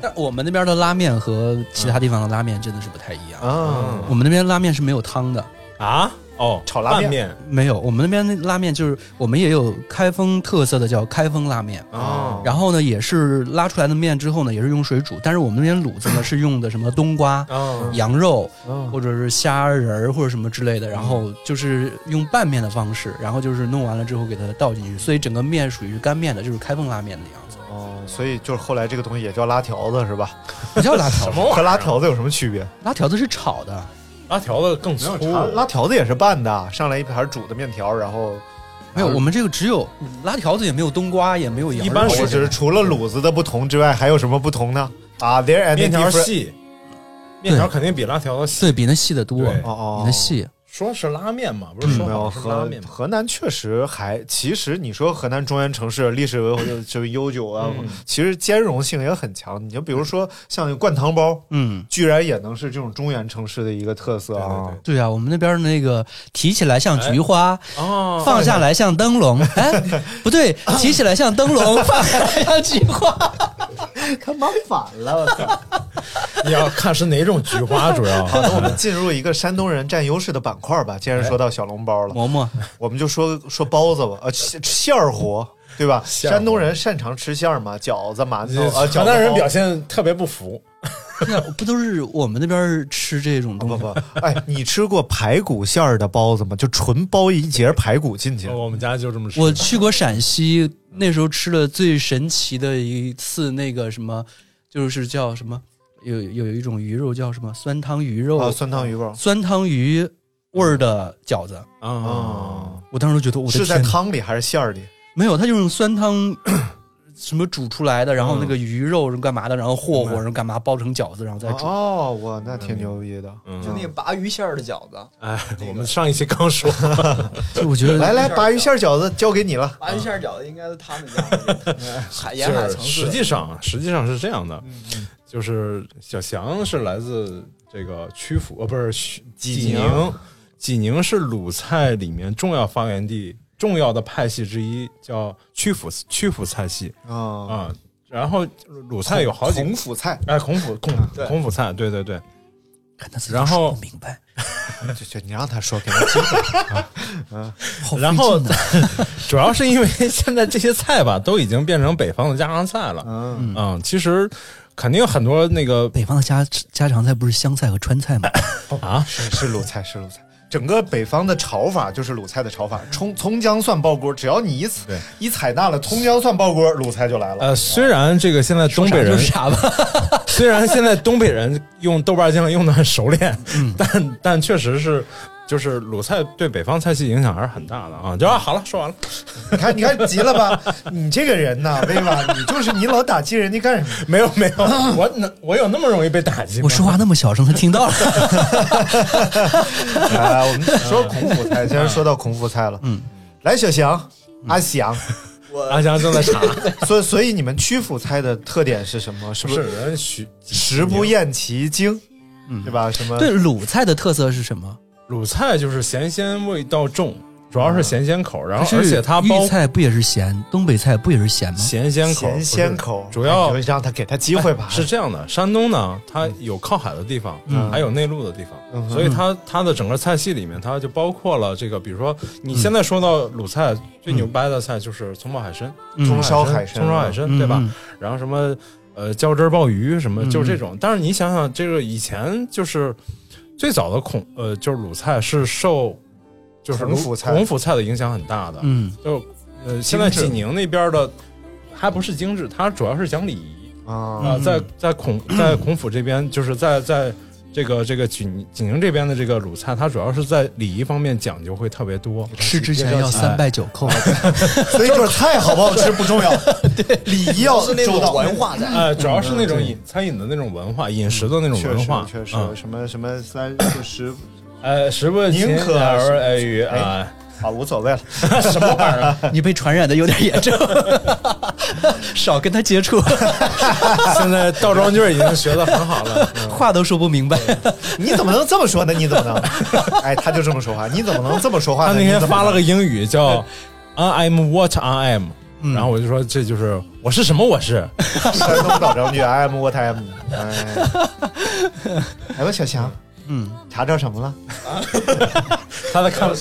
S7: 但我们那边的拉面和其他地方的拉面真的是不太一样。
S8: 嗯
S4: 啊。
S7: 我们那边拉面是没有汤的，
S8: 啊，哦，
S4: 炒拉面
S8: 拌面
S7: 没有。我们那边那拉面就是我们也有开封特色的叫开封拉面，
S8: 哦，
S7: 然后呢也是拉出来的面之后呢也是用水煮，但是我们那边卤子呢是用的什么冬瓜、
S8: 哦
S7: 羊肉
S4: 嗯
S7: 或者是虾仁儿或者什么之类的，然后就是用拌面的方式，然后就是弄完了之后给它倒进去，所以整个面属于干面的，就是开封拉面的
S8: (laughs)
S7: 样子，
S4: 哦，所以就是后来这个东西也叫拉条子是吧？
S7: 不叫拉条子，
S4: 和拉条子有什么区别？
S7: 拉条子是炒的，
S8: 拉条子更粗，
S4: 拉拉条子也是拌的，上来一盘煮的面条，然后
S7: 没有，我们这个只有拉条子，也没有冬瓜，也没有羊肉，
S8: 一般
S4: 我
S8: 是
S4: 只是除了卤子的不同之外，还有什么不同呢？啊，there any
S8: 面条
S4: different-
S8: 细，面条肯定比拉条子细，
S7: 对比那细得多，
S8: 对
S4: 哦哦
S7: 比那细。说是拉面嘛，不是说
S4: 嗯没有
S7: 好是拉
S4: 河
S7: 面嘛？
S4: 河南确实还，其实你说河南中原城市历史文化就就是悠久啊，
S7: 嗯
S4: 其实兼容性也很强。你就比如说像灌汤包，
S10: 嗯，
S4: 居然也能是这种中原城市的一个特色啊
S7: 对对。
S10: 对啊，我们那边儿那个提起来像菊花，
S7: 哦
S10: 放下来像灯
S7: (laughs)
S10: 笼，哎，不对，提起来像灯笼，放下来像菊花。
S11: 他妈反了，我操！
S7: (laughs) 你要看是哪种菊花，主要。
S4: 好，那我们进入一个山东人占优势的板块吧。既然说到小笼包了，
S10: (laughs) 嬷
S7: 哎
S10: 嬷，
S4: 我们就说说包子吧，呃，馅馅儿活，对吧？
S7: 馅儿活
S4: 山东人擅长吃馅儿嘛，饺子、馒头啊，
S7: 河
S4: 饺
S7: 南人表
S4: 现
S7: 现特别不服， (laughs)
S10: 那不都是我们那边儿吃这种
S4: 不
S10: 东西？
S4: 不，哎，你吃过排骨馅儿的包子吗？就纯包一节排骨进去，
S7: 哦我们家就这么吃。
S10: 我去过陕西，那时候吃了最神奇的一次那个什么，就是叫什么，有有有一种鱼肉叫什么酸汤鱼肉，
S4: 啊，酸汤鱼包
S10: 酸汤鱼味儿的饺子。
S7: 啊，
S4: 啊，
S10: 我当时都觉得我的
S4: 是在
S10: 天哪
S4: 汤里还是馅儿里？
S10: 没有，它就是用酸
S4: (clears throat)
S10: 汤什么煮出来的，然后
S7: 嗯
S10: 那个鱼肉是干嘛的，然后和和，然后干嘛包成饺子，然后再煮。
S4: 哦，我那挺牛逼的。
S7: 嗯
S11: 就那个鲅鱼馅儿的饺子，
S7: 哎，我们上一期刚说，
S10: 就我觉得
S4: 来来，鲅鱼馅儿饺子交给你了。
S11: 鲅鱼馅儿饺子应该是他们家的海沿海
S7: 就是
S11: 城
S7: 实
S11: 市
S7: 际上实际上是这样的，就是小翔是来自这个曲阜，呃，不是徐济宁，济宁是鲁菜里面重要发源地，重要的派系之一，叫曲阜曲阜菜系
S4: 啊，
S7: 啊。然后鲁菜有好几
S4: 孔
S7: 个，
S4: 府菜，
S7: 哎，孔府孔
S11: 对
S7: 孔府菜，对对对，
S10: 看他自己
S7: 然
S10: 说
S7: 后
S10: 不明白，
S4: (laughs) 就就你让他说，给他机会。
S10: 好费
S7: 然后
S10: 劲啊
S7: (laughs) 主要是因为现在这些菜吧，都已经变成北方的家常菜了。
S4: 嗯
S7: 嗯，其实肯定有很多那个
S10: 北方的家家常菜不是湘菜和川菜吗？
S7: 啊，
S4: 是是鲁菜，是鲁菜。整个北方的炒法就是鲁菜的炒法，葱葱姜蒜爆锅，只要你一
S7: 对
S4: 采一采纳了葱姜蒜爆锅，鲁菜就来了。
S7: 呃，虽然这个现在东北
S10: 啥就
S7: 人，
S10: 啥吧，
S7: (laughs) 虽然现在东北人用豆瓣酱用的很熟练，
S10: 嗯
S7: 但但确实是。就是鲁菜对北方菜系影响还是很大的啊！就啊，好了，说完了。
S4: 你看，你看，急了吧？你这个人呐，威吧，你就是你老打击人家干什么？
S7: (laughs) 没有没有，
S10: (laughs)
S7: 我能我有那么容易被打击吗？
S10: 我说话那么小声，他听到了。
S4: 啊，我们说孔府菜，既然说到孔府菜了，嗯，来，小翔，阿翔，
S7: 阿翔正在查，
S4: 所以 (laughs) 所以你们曲阜菜的特点是什么？是
S7: 不
S4: 不
S7: 是
S4: 是
S7: 人许
S4: 食不厌其精，
S7: 嗯
S4: 对吧？什么？
S10: 对，鲁菜的特色是什么？
S7: 鲁菜就是咸鲜味道重，主要是咸鲜口，然后而
S10: 啊可是
S7: 且它包
S10: 豫菜不也是咸，东北菜不也是咸吗？
S7: 咸鲜口，
S4: 咸鲜口
S7: 不，是主要哎
S4: 哎你就让他给他机会吧。
S7: 是这样的，山东呢，它
S10: 嗯
S7: 有靠海的地方，还有内陆的地方，
S4: 嗯哼
S7: 所以它它的整个菜系里面，它就包括了这个，比如说
S10: 嗯
S7: 你现在说到鲁菜、最牛掰的菜就是葱爆海参、
S10: 嗯
S4: 葱烧海参
S7: 参、葱烧海参，对吧？然后什么呃浇汁儿鲍鱼什么，
S10: 嗯
S7: 就是这种。但是你想想，这个以前就是最早的孔呃就是鲁菜是受就是
S4: 孔府菜
S7: 孔府菜的影响很大的，
S10: 嗯，
S7: 就呃现在济宁那边的还不是精致，它主要是讲礼仪。
S4: 啊，
S7: 啊，
S10: 嗯
S7: 在在孔在孔府这边，就是在在这个这个济宁济宁这边的这个鲁菜，它主要是在礼仪方面讲究会特别多。
S10: 吃之前要三拜九叩。
S4: 所以就是菜好不好吃不重
S7: (laughs)
S4: 要，对，礼仪要
S11: 是那
S4: 周
S11: 种
S4: 到。
S11: 文化在。
S7: 呃，主要是那种饮餐饮的那种文化，饮食的那种
S4: 确
S7: 文
S4: 实
S7: 化，，
S4: 确实，
S7: 嗯
S4: 什么什么三就十
S7: 呃，食不
S4: 宁
S7: 勤
S4: 可
S7: 而爱语
S10: (laughs)
S4: 哎
S7: 啊，
S4: 啊，无所谓
S7: (laughs)
S4: 了。
S7: 什么玩意儿？
S10: 你被传染的有点严重， (laughs) 少跟他接触， (laughs)
S7: 现在倒装句儿已经学得很好了。嗯
S10: 话都说不明白。
S4: 你怎么能这么说呢？你怎么
S7: (laughs)
S4: 能？哎，他就这么说话，你怎么能这么说话
S7: 他
S4: 呢？
S7: 那
S4: 你
S7: 天
S4: 怎么
S7: 发了
S4: 能
S7: 个英语叫 “I am what I am”，然
S11: 嗯
S7: 后我就说这就是我是什么我
S11: (laughs)
S7: 是，
S4: 山东倒装句，I am what I am。哎，
S7: (laughs)
S4: 哎，我小强，嗯，查着什么了？
S7: 他在看
S4: 啊，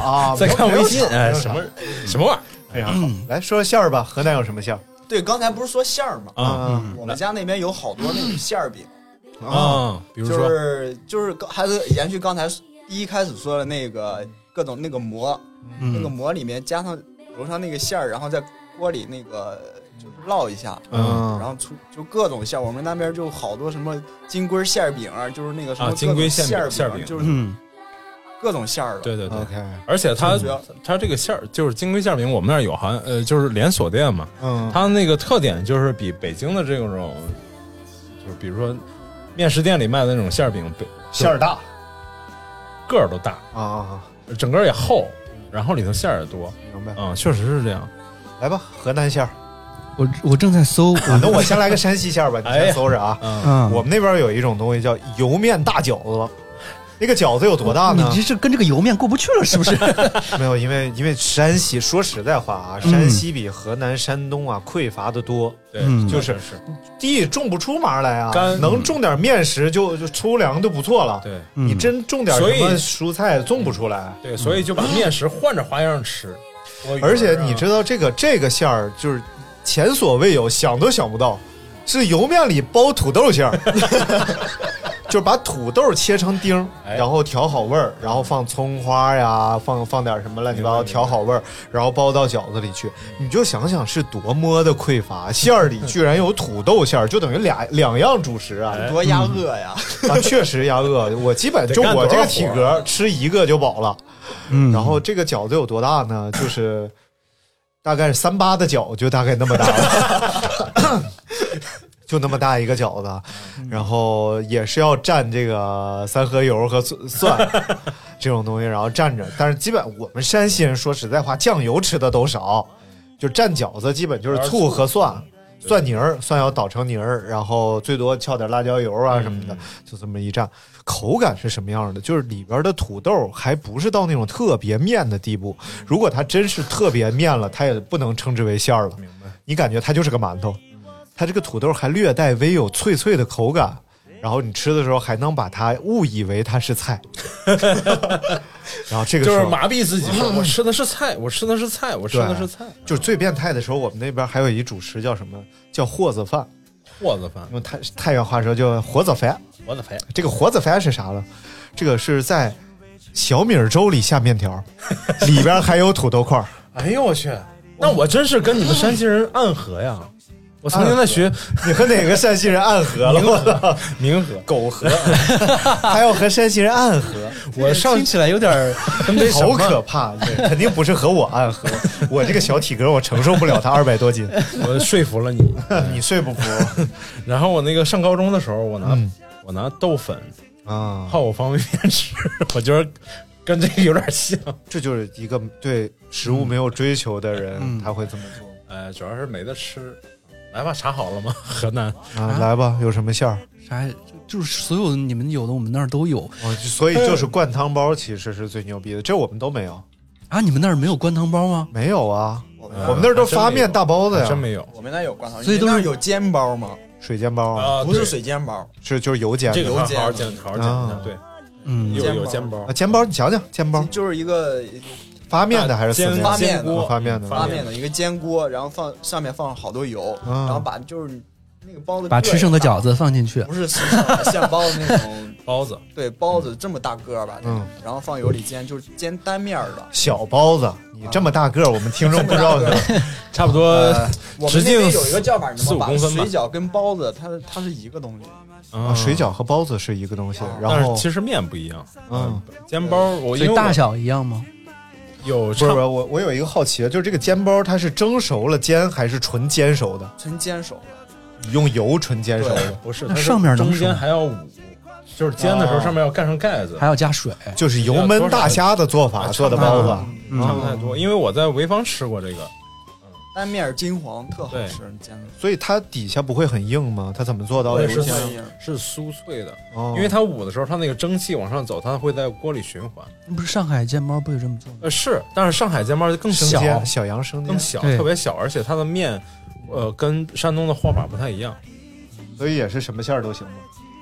S4: 啊
S7: (laughs) 在看微信，哎，什？
S4: 没
S7: 么
S4: 有
S7: 什么玩
S4: 没有查没有查非常好，嗯来说说馅儿吧，河南有什么馅儿？
S11: 对，刚才不是说馅儿吗？
S7: 意儿啊
S4: 嗯
S11: 我们家那边有好多那种馅儿饼，
S7: 啊？比如
S11: 就
S7: 说
S11: 是就是刚还是延续刚才第一开始说的那个各种那个 (laughs) 馍，那个馍里面加上揉上那个馅儿，然后在锅里那个就是烙一下，
S4: 嗯
S11: 然后出就各种馅儿。我们那边就好多什么金龟馅儿饼啊，就是那个什么
S7: 啊金
S11: 各
S7: 龟
S11: 种
S7: 馅饼
S11: 馅儿
S7: 馅儿饼
S11: 就是
S10: 嗯，
S11: 各种馅儿的。嗯
S7: 对对对。
S4: ，OK，
S7: 而且它
S11: 最主要
S7: 它这个馅儿就是金龟馅儿饼，我们那儿有好像呃就是连锁店嘛，
S4: 嗯，
S7: 它那个特点就是比北京的这种，就是比如说面食店里卖的那种馅儿饼，北
S4: 馅儿大，
S7: 个儿都大，
S4: 啊啊，
S7: 整个儿也厚，然后里头馅儿也多，
S4: 明白。
S7: 嗯，确实是这样。
S4: 来吧，河南馅儿。
S12: 我我正在
S7: (laughs)
S12: 搜，
S4: 啊，那我先来个山西馅儿吧，你
S7: 哎
S4: 先搜着啊。
S7: 嗯，
S12: 嗯，
S4: 我们那边有一种东西叫油面大饺子，那个饺子有多大
S12: 你
S4: 呢？
S12: 这是跟这个油面过不去了，是不是？
S4: (laughs) 没有，因为因为山西，说实在话啊，山西比河南、山东啊匮乏的多，
S7: 嗯
S4: 嗯
S12: 嗯
S7: 对，
S4: 就是是
S7: 是，
S4: 地种不出麻来啊
S7: 干，
S4: 能种点面食就就粗粮就不错了。
S7: 对嗯
S4: 你真种点
S7: 所
S4: 什
S7: 以
S4: 么蔬菜种不出
S12: 嗯
S4: 来。
S7: 对，所以就把面食换着花样吃。我
S4: 而且你知道这个这个馅儿就是前所未有，想都想不到，是油面里包土豆馅儿， (laughs) 就是把土豆切成丁儿，
S7: 哎
S4: 然后调好味儿，然后放葱花呀，放放点什么乱七八糟
S7: 明白
S4: 调好味儿，然后包到饺子里去。你就想想是多么的匮乏，馅儿里居然有土豆馅儿，就等于俩两样主食啊！
S9: 多压饿呀！
S4: 啊，确实呀，饿。我基本就
S7: 哎得干
S4: 我
S7: 多
S4: 这个
S7: 少活
S4: 体
S7: 儿
S4: 格，吃一个就饱了。
S12: 嗯
S4: 然后这个饺子有多大呢？就是大概是三八的饺，就大概那么大了就那么大一个饺子，然后也是要蘸这个三合油和蒜蒜 (laughs) 这种东西，然后蘸着。但是基本我们山西人说实在话，酱油吃的都少，就蘸饺子基本就是醋和
S7: 嗯
S4: 蒜。蒜泥儿，蒜要捣成泥儿，然后最多翘点辣椒油啊什么
S7: 嗯
S4: 的，就这么一蘸。口感是什么样的？就是里边的土豆还不是到那种特别面的地步。
S7: 嗯
S4: 如果它真是特别面了，它也不能称之为馅儿了。
S7: 明白？嗯
S4: 你感觉它就是个馒头，它这个土豆还略带微有脆脆的口感，
S7: 嗯
S4: 然后你吃的时候还能把它误以为它是
S7: (laughs)
S4: 菜，然后这个时
S7: 就
S4: 候嗯
S7: 是麻痹自己，说我吃的是菜，我吃的是菜，我吃的是菜，
S4: 就是最变态的时候，我们那边还有一主食叫什么？叫和子饭，
S7: 和子饭，
S4: 用太太原话说叫和子饭。
S7: 我的肥，
S4: 这个和子饭是啥呢？这个是在小米粥里下面条，里边还有土豆块儿。
S7: 哎呦我去，那我真是跟你们山西人暗合呀！
S4: (laughs)
S7: 我曾经在学
S4: 你和哪个山西人暗合了？我操
S7: 明和，
S4: 啊 (laughs) 苟合，还要和山西人暗
S7: (laughs)
S4: 合，
S12: 我上听起来有点儿
S4: 好可怕！对肯定不是和我暗合， (laughs) 我这个小体格我承受不了他二百多斤， (laughs)
S7: 我说服了你。
S4: 你睡不服
S7: 然后我那个上高中的时候，我拿
S4: 嗯
S7: 我拿豆粉
S4: 啊？
S7: 泡我方便面吃， (laughs) 我觉得跟这个有点像。
S4: 这就是一个对食物没有追求的
S7: 嗯
S4: 人，他会这么做
S7: 呃，主要是没得吃。来吧，查好了吗？ (laughs) 河南
S4: 啊。来吧，有什么馅儿？
S12: 啥，就是所有你们有的我们那儿都有
S4: 哦所以就是灌汤包其实是最牛逼的，这我们都没有，
S12: 啊，你们那儿没有灌汤包吗？
S4: 没有啊。
S9: 我
S4: 我们那儿都发面大包子
S7: 呃还
S4: 呀，
S7: 真没有
S9: 我们那有灌汤，
S12: 所以都
S9: 你
S12: 是
S9: 们那有煎包吗？
S4: 水煎包啊，
S7: 啊
S9: 不是
S7: 对
S9: 水煎包，
S4: 是就是油煎的
S7: 这个好
S9: 煎
S7: 好煎，好好煎一下。对，
S12: 嗯，
S7: 有有
S9: 煎
S7: 煎包
S4: 啊，，煎包你讲讲煎包
S9: 就是一个
S4: 发面的还是死
S7: 煎
S4: 面的？哦
S9: 发面
S7: 煎
S9: 的
S7: 锅
S4: 发面的
S9: 发面的一个煎锅，然后放上面放好多油，
S4: 嗯
S9: 然后把就是那个包子
S12: 把吃剩的饺
S9: 子
S12: 子放进去，
S9: 不是吃剩的像包子那种
S7: 包子，
S9: 对包子这么大个儿吧，
S4: 嗯，
S9: 然后放油里煎，就是煎单面儿的。
S4: 小包子，你这么大个儿，我们听众不知道
S9: 这么大
S4: 是
S7: 差不多
S9: 呃我
S7: 直
S9: 们那
S7: 径
S9: 边有一个叫法，你
S7: 四
S9: 们
S7: 五
S9: 把
S7: 公分吧
S9: 水。饺跟包子，它它是一个东西。
S7: 啊
S4: 啊水，饺和包子是一个东西，然
S7: 但
S4: 后
S7: 是其实面不一样。
S4: 嗯，
S7: 煎包我
S12: 所
S7: 因
S12: 以
S7: 为
S12: 大
S7: 我
S12: 小一样吗？
S7: 有
S4: 不是
S7: 差
S4: 不是我我有一个好奇，啊就是这个煎包它是蒸熟了煎还是纯煎熟的？
S9: 纯煎熟的，
S4: 用油纯煎熟
S9: 对
S4: 的，
S7: 不是，
S12: 那
S7: 它是
S12: 上面能
S7: 中
S12: 熟
S7: 间
S12: 吗哦
S7: 还要捂，就是煎的时候
S4: 啊
S7: 上面要盖上盖子，
S12: 还要加水，
S4: 就是油焖大虾的做法
S7: 啊
S4: 做的包子
S7: 差。不嗯多差不太
S12: 嗯
S7: 多。因为我在潍坊吃过这个，嗯
S9: 单面儿金黄特好
S7: 对
S9: 吃，煎的。
S4: 所以它底下不会很硬吗？它怎么做到
S7: 我
S4: 油
S7: 也是
S4: 煎？
S9: 煎的
S7: 是酥脆的，
S4: 哦
S7: 因为它捂的时候，它那个蒸汽往上走，它会在锅里循环。
S12: 不是上海煎包不也这么做吗？
S7: 呃，是，但是上海煎包就更
S4: 生
S7: 小，
S4: 煎小羊生煎
S7: 更，小，
S12: 对
S7: 特别小，而且它的面，呃，跟山东的和法不太一样，
S4: 所以也是什么馅儿都行吗？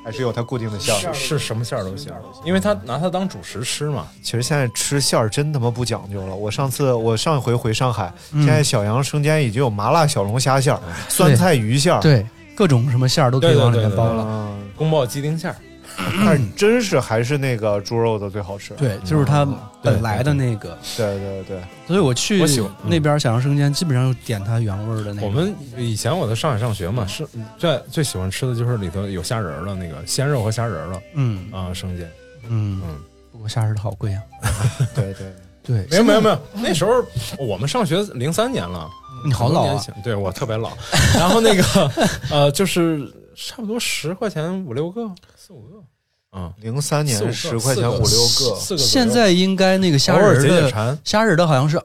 S4: 还是有它固定的馅儿？
S7: 是什么馅儿都行，因为它拿它当主食吃嘛。
S4: 其实现在吃馅儿真他妈不讲究了。我上次我上回回上海，
S12: 嗯
S4: 现在小杨生煎已经有麻辣小龙虾馅儿、酸菜鱼
S7: 啊
S4: 馅儿，
S12: 对，各种什么馅儿都可以往里面包了。
S4: 嗯，
S7: 宫爆鸡丁馅儿，
S4: 但是真是还是那个猪肉的最好吃。嗯
S12: 对，就是它本来的那个，
S4: 对对对，
S12: 所以我去
S7: 嗯我喜欢嗯
S12: 那边小杨生煎，基本上就点它原味儿的那个。
S7: 我们以前我在上海上学嘛，是最最喜欢吃的就是里头有虾仁儿的那个鲜肉和虾仁儿的
S12: 嗯
S7: 啊，生煎。
S12: 嗯
S7: 嗯，
S12: 不过虾仁儿好贵啊。
S4: 对对，
S12: 对，
S7: 没有没有没有，那时候我们上学零三年了，
S12: 你好老
S7: 很多年
S12: 啊！
S7: 前，对我特别老。然后那个呃，就是差不多十块钱五六个、四五个
S8: 嗯，
S4: 零三
S13: 四五
S4: 年
S13: 个
S4: 十块钱
S13: 四
S4: 五
S13: 个
S4: 六
S13: 四个左右。
S7: 现在应该那个虾
S8: 偶尔
S7: 仁
S8: 解解
S7: 的
S8: 馋，
S7: 虾仁的好像是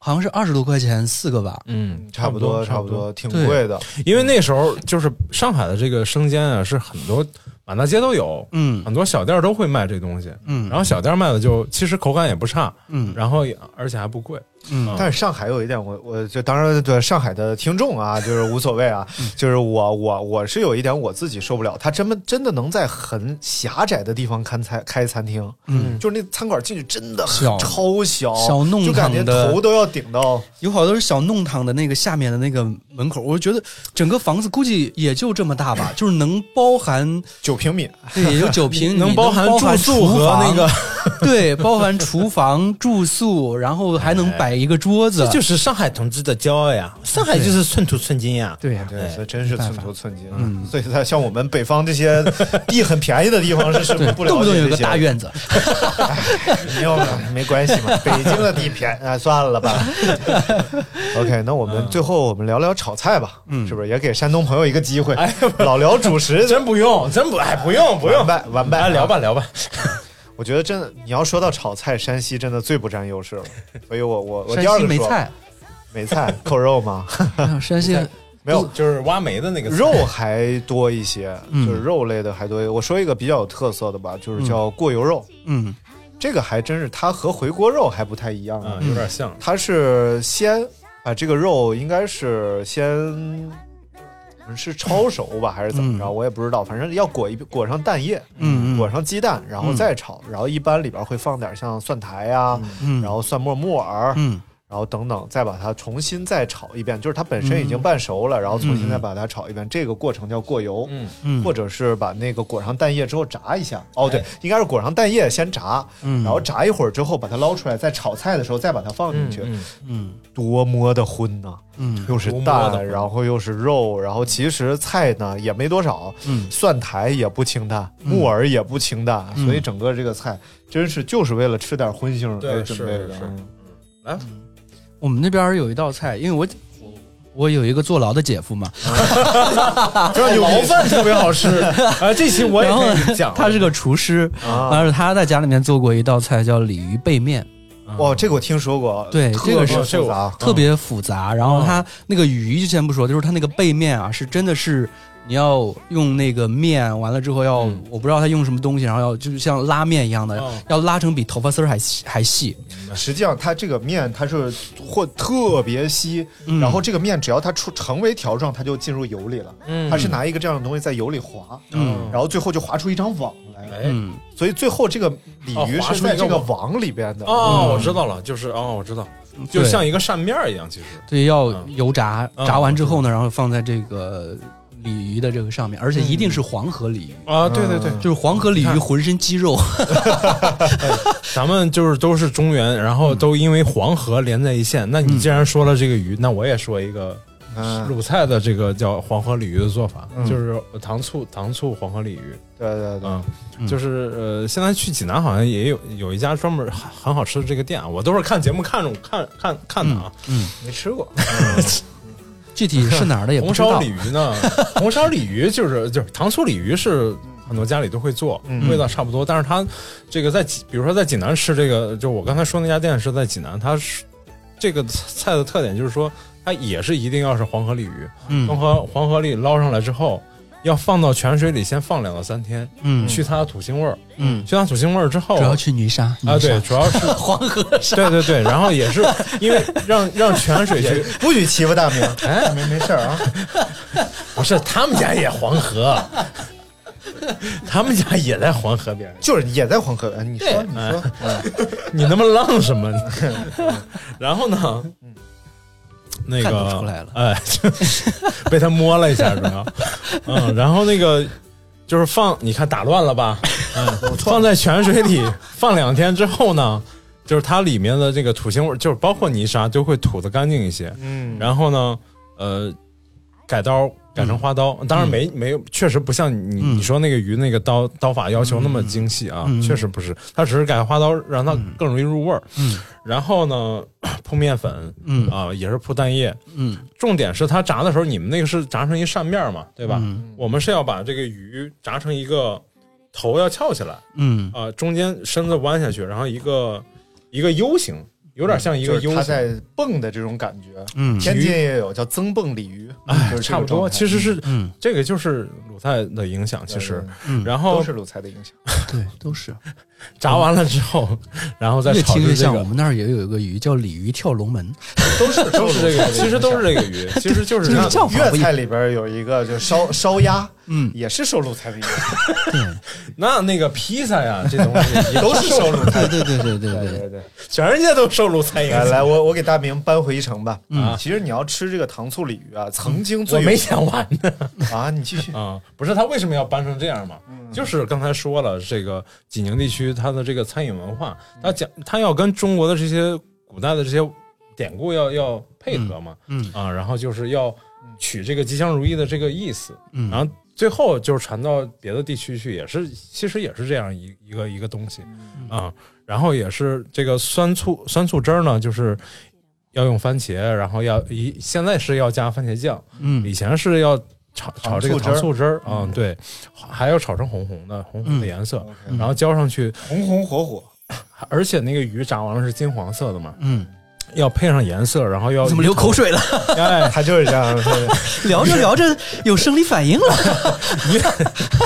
S7: 好像是二十多块钱四个吧，
S8: 嗯，
S4: 个，差不多差不多，挺
S7: 对嗯
S4: 贵的。
S8: 因为那时候就是上海的这个生煎啊，是很多满大街都有，
S7: 嗯
S8: 很多小店都会卖这东西。
S7: 嗯，
S8: 然后小店卖的就其实口感也不差，
S7: 嗯
S8: 然后也而且还不贵。
S7: 嗯
S4: 但是上海有一点，我我就当然对上海的听众
S7: (laughs)
S4: 啊，就是无所谓啊，
S7: 嗯
S4: 就是我我我是有一点我自己受不了，他真的真的能在很狭窄的地方开餐开餐厅，
S7: 嗯，
S4: 就是那餐馆进去真的很
S7: 小
S4: 超小，
S7: 小弄
S4: 就感觉
S7: 堂的
S4: 头都要顶到。
S7: 有好多是小弄堂的那个下面的那个门口，我觉得整个房子估计也就这么大吧，就是能包含
S4: 九平米，
S7: 对也就九平，
S8: 能
S7: 你
S8: 包含住宿和那个
S7: 厨房， (laughs) 对，包含厨房、住宿，然后还能摆一个桌
S8: 哎
S7: 子，
S13: 是上海同志的骄傲呀！上海就是寸土寸金呀。
S7: 对呀、
S4: 对，所以真是寸土寸金。嗯，所以在像我们北方这些地很便宜的地方是是不了
S7: 动不动
S4: 解
S7: 有
S4: 这
S7: 个
S4: 些
S7: 大，院子，
S4: (laughs) 没有没关系嘛。北京的地便宜，哎算
S8: (laughs)
S4: 了吧。OK，那我们最后我们聊聊炒菜吧，
S8: 嗯
S4: 是不是也给山东朋友一个机会？老聊主
S8: (laughs)
S4: 食，
S8: 真不用，真不哎，不用哎 (laughs) 不用
S4: 完，败完败啊
S8: 哎，聊吧。聊吧。
S4: 我觉得真的，你要说到炒菜，山西真的最不占优
S8: (laughs)
S4: 势了。所以我我我第
S7: 山
S4: 二
S7: 西
S4: 个
S7: 梅
S4: 说 (laughs)
S7: 菜，嗯
S4: 梅菜扣肉
S8: (laughs)
S4: 吗？
S7: 山西
S4: 没有，
S8: 就是挖煤的那个
S4: 肉
S8: (laughs)
S4: 还多一些，
S7: 嗯
S4: 就是肉类的还多一些。我说一个比较有特色的吧，就是叫过油肉，
S7: 嗯
S4: 这个还真是它和回锅肉还不太一样
S8: 啊
S4: 啊，，
S8: 有点像
S4: 它是先把这个肉应该是先。嗯是焯熟吧，还是怎么着？
S7: 嗯
S4: 我也不知道，反正要裹一裹上蛋液，
S7: 嗯嗯
S4: 裹上鸡蛋，然后再炒。然后一般里边会放点像蒜苔呀、
S7: 嗯，
S4: 然后蒜末木耳，
S7: 嗯
S4: 然后等等，再把它重新再炒一遍，就是它本身已
S8: 嗯
S4: 经半熟了，然后重新再把它炒一遍，这个过程叫过油，
S8: 嗯哎
S7: 嗯
S4: 或者是把那个裹上蛋液之后炸一下，哦对，应该是裹上蛋液先炸，
S7: 嗯
S4: 然后炸一会儿之后把它捞出来，在炒菜的时候再把它放进去，
S8: 嗯
S7: 嗯
S4: 多么的荤呐、
S7: 嗯
S4: 又是
S8: 多么的
S4: 蛋，
S8: 荤
S4: 然后又是肉，然后其实菜呢也没多少，
S7: 嗯
S4: 蒜苔也不清淡，
S8: 嗯
S4: 木耳也不清淡，
S7: 嗯
S4: 所以整个这个菜真是就是为了吃点荤腥
S8: 对
S4: 而准备
S8: 是
S4: 的
S8: 是。
S4: 嗯
S7: 我们那边儿有一道菜，因为我我有一个坐牢的姐夫嘛，
S8: (laughs)
S7: (laughs)
S8: 就是牢饭特别好吃。 (laughs) 啊，这期我也
S7: 然后
S8: 可以讲，
S7: 他是个厨师，
S4: 啊
S7: 但是他在家里面做过一道菜叫鲤鱼背面，
S8: 啊
S4: 哇，哦这个我听说过，
S7: 对
S4: 特
S7: 这个是
S8: 哦
S4: 别复杂，
S7: 特别复
S8: 嗯
S7: 杂。然后它那个鱼就先不说，就是它那个背面啊，是真的是你要用那个面，完了之后要、我不知道他用什么东西，然后要就是像拉面一样的，
S8: 嗯
S7: 要拉成比头发丝儿还细还细。
S4: 嗯实际上，它这个面它是和特别稀，
S7: 嗯
S4: 然后这个面只要它出成为条状，它就进入油里了。
S8: 嗯
S4: 它是拿一个这样的东西在油里划，
S7: 嗯
S4: 然后最后就划出一张网来。
S8: 哎
S7: 嗯
S4: 所以最后这个鲤鱼
S8: 哦划
S4: 是
S8: 出一
S4: 在
S8: 个
S4: 这个
S8: 网
S4: 网里边的。嗯
S8: 哦，我知道了，就是哦，我知道，就像一个扇面儿一样，其实
S7: 对要
S8: 嗯
S7: 油炸，
S8: 嗯
S7: 炸完之后呢，然后放在这个鲤鱼的这个上面，而且一定是黄河鲤鱼。
S8: 嗯
S7: 嗯
S8: 啊，对对对，哎
S7: 就是黄河鲤鱼浑身肌肉， (laughs)
S8: 咱们就是都是中原，然后都因为黄河连在一线。那
S7: 嗯
S8: 你既然说了这个鱼，那我也说一个
S4: 嗯，
S8: 鲁菜的这个叫黄河鲤鱼的做法，
S4: 嗯
S8: 就是糖醋糖醋黄河鲤鱼。
S4: 对对对，
S8: 嗯
S7: 嗯，
S8: 就是呃，现在去济南好像也有有一家专门很很好吃的这个店啊，我都是看节目看着看看看的啊。
S4: 没吃过。
S7: 具体是哪儿的也不
S8: 红
S7: 知
S8: 烧
S7: 道
S8: 鲤。鱼
S7: (laughs)
S8: 呢？红烧鲤鱼就是就是糖醋鲤鱼是很多家里都会做，
S4: 嗯
S8: 味道差不多。但是它这个在济，比如说在济南吃这个，就我刚才说那家店是在济南，它是这个菜的特点就是说，它也是一定要是黄河鲤鱼，
S7: 嗯
S8: 从河黄河里捞上来之后，要放到泉水里先放两到三天，
S7: 嗯
S8: 去它的土腥味儿，
S7: 嗯，
S8: 去它土腥味儿之后
S7: 主要去泥沙
S8: 啊，
S7: 泥沙
S8: 对，主要是
S7: (laughs) 黄河沙，
S8: 对对对，然后也是因为让让泉水去。
S4: 不许欺负大明，哎，没没事儿啊。
S8: 不是，他们家也黄 (laughs) 河，他们家也在黄河边儿。
S4: 就是也在黄河，哎你说你说，
S8: 你那么浪什么？ (laughs) 嗯然后呢？那
S7: 看得
S8: 个
S7: 出来了
S8: 哎， (laughs) 被他摸了一下，主要，
S7: (laughs)
S8: 嗯，然后那个就是放，你看打乱了吧？嗯，放在泉水里放两天之后呢，就是它里面的这个土腥味儿，就是包括泥沙，就会吐的干净一些。
S4: 嗯，
S8: 然后呢，呃，改刀改成花刀，当然没、没有，确实不像你、
S7: 嗯
S8: 你说那个鱼那个刀刀法要求那么精细啊，
S7: 嗯嗯
S8: 确实不是，它只是改花刀让它更容易入味儿。
S7: 嗯
S8: 然后呢， (coughs) 铺面粉
S7: 嗯
S8: 啊、也是铺蛋液，
S7: 嗯
S8: 重点是它炸的时候，你们那个是炸成一扇面儿嘛，对吧？
S7: 嗯
S8: 我们是要把这个鱼炸成一个
S7: 头要翘起来，
S14: 嗯
S7: 啊、中间身子弯下去，然后一个一个 U 型，有点像一个
S4: 就是
S7: U 型。
S4: 它在蹦的这种感觉。
S14: 嗯
S4: 天津也有叫增蹦鲤鱼，
S7: 哎，
S4: 就是这
S7: 差
S4: 个
S7: 不多，
S4: 状态
S7: 其实是、
S14: 嗯
S7: 这个就是鲁菜的影响，其
S4: 对
S7: 实
S4: 对，
S14: 嗯
S7: 然后
S4: 都是鲁菜的影响。
S14: 对， (laughs) 都是。
S7: 炸完了之后，然后再
S14: 越
S7: 炒
S14: 听
S7: 制
S14: 越
S7: 这
S14: 像
S7: 个
S14: 我，们那儿也有一个鱼叫鲤鱼跳龙门，
S4: (laughs)
S7: 都是都是这
S14: (laughs)
S7: 个，其实都是这个鱼，其实就是
S14: 就是
S7: 这
S14: 叫
S7: 样。
S14: 法
S4: 粤
S14: 不一
S4: 菜
S14: 样。
S4: 里边有一个就是烧烧鸭，
S14: 嗯
S4: 也是受鲁菜的影响，
S7: 那那个披萨呀，这东西也
S14: (laughs)
S4: 都是受鲁菜
S14: 对
S4: 的。
S14: 对对对对对，
S4: 对对，
S7: 全世界都受鲁菜影
S4: 来
S7: 响。
S4: 来，我我给大明扳回一城吧。
S14: 嗯
S4: 其实你要吃这个糖醋鲤鱼啊，曾经
S7: 啊我
S4: 最
S7: 没想完呢
S4: 啊，你继
S7: (laughs)
S4: 续。
S7: 啊，不是他为什么要搬成这样嘛？
S14: 嗯
S7: 就是刚才说了，这个济宁地区它的这个餐饮文化，
S14: 嗯
S7: 它讲它要跟中国的这些古代的这些典故要要配合嘛，
S14: 嗯
S7: 啊，然后就是要取这个吉祥如意的这个意思，
S14: 嗯
S7: 然后最后就是传到别的地区去，也是其实也是这样一一个一个东西
S14: 嗯
S7: 啊。然后也是这个酸醋酸醋汁儿呢，就是要用番茄，然后要一现在是要加番茄酱，以
S14: 嗯
S7: 前是要炒炒这个
S4: 糖
S7: 糖
S4: 醋
S7: 醋汁儿啊、对，还要炒成红红的红红的颜色，
S14: 嗯
S7: 然后浇上去，
S15: 红红火火，
S7: 而且那个鱼炸完了是金黄色的嘛，
S14: 嗯，
S7: 要配上颜色，然后要
S14: 怎么流口水
S7: (laughs)
S14: 了？
S7: 哎，
S4: 他就是这样，
S14: 聊着聊着有生理反应了。
S7: (laughs) 鱼